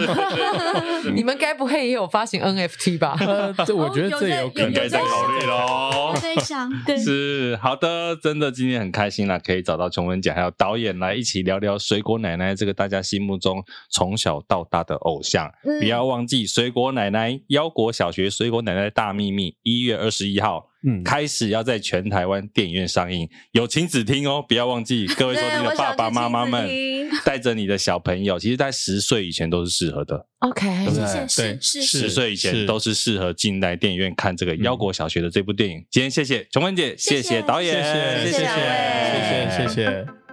[SPEAKER 3] 你们该不会也有发行 NFT 吧？哦
[SPEAKER 5] 呃，这我觉得
[SPEAKER 4] 有
[SPEAKER 5] 这
[SPEAKER 4] 在
[SPEAKER 5] 有可
[SPEAKER 2] 应
[SPEAKER 5] 能
[SPEAKER 2] 该在考虑喽
[SPEAKER 4] 我。在想，对，
[SPEAKER 2] 是好的，真的今天很开心啦，可以找到琼文姐还有导演来一起聊聊水果奶奶这个大家心目中从小到大的偶像。
[SPEAKER 3] 嗯
[SPEAKER 2] 不要忘记水果奶奶腰果小学水果奶奶大秘密，一月二十一号
[SPEAKER 5] 嗯，
[SPEAKER 2] 开始要在全台湾电影院上映，有请只听哦，不要忘记各位收听的爸爸妈妈们
[SPEAKER 3] 对我想去亲子厅，
[SPEAKER 2] 带着你的小朋友，其实在十岁以前都是适合的。
[SPEAKER 3] OK，
[SPEAKER 5] 对不
[SPEAKER 4] 是
[SPEAKER 5] 对
[SPEAKER 4] 是
[SPEAKER 5] 对
[SPEAKER 4] 是
[SPEAKER 5] 是
[SPEAKER 2] 十岁以前都是适合进来电影院看这个《腰果小学》的这部电影。今天谢谢琼文姐，
[SPEAKER 4] 谢谢
[SPEAKER 2] 谢导演，
[SPEAKER 5] 谢谢
[SPEAKER 3] 谢谢两位
[SPEAKER 5] 谢谢谢谢。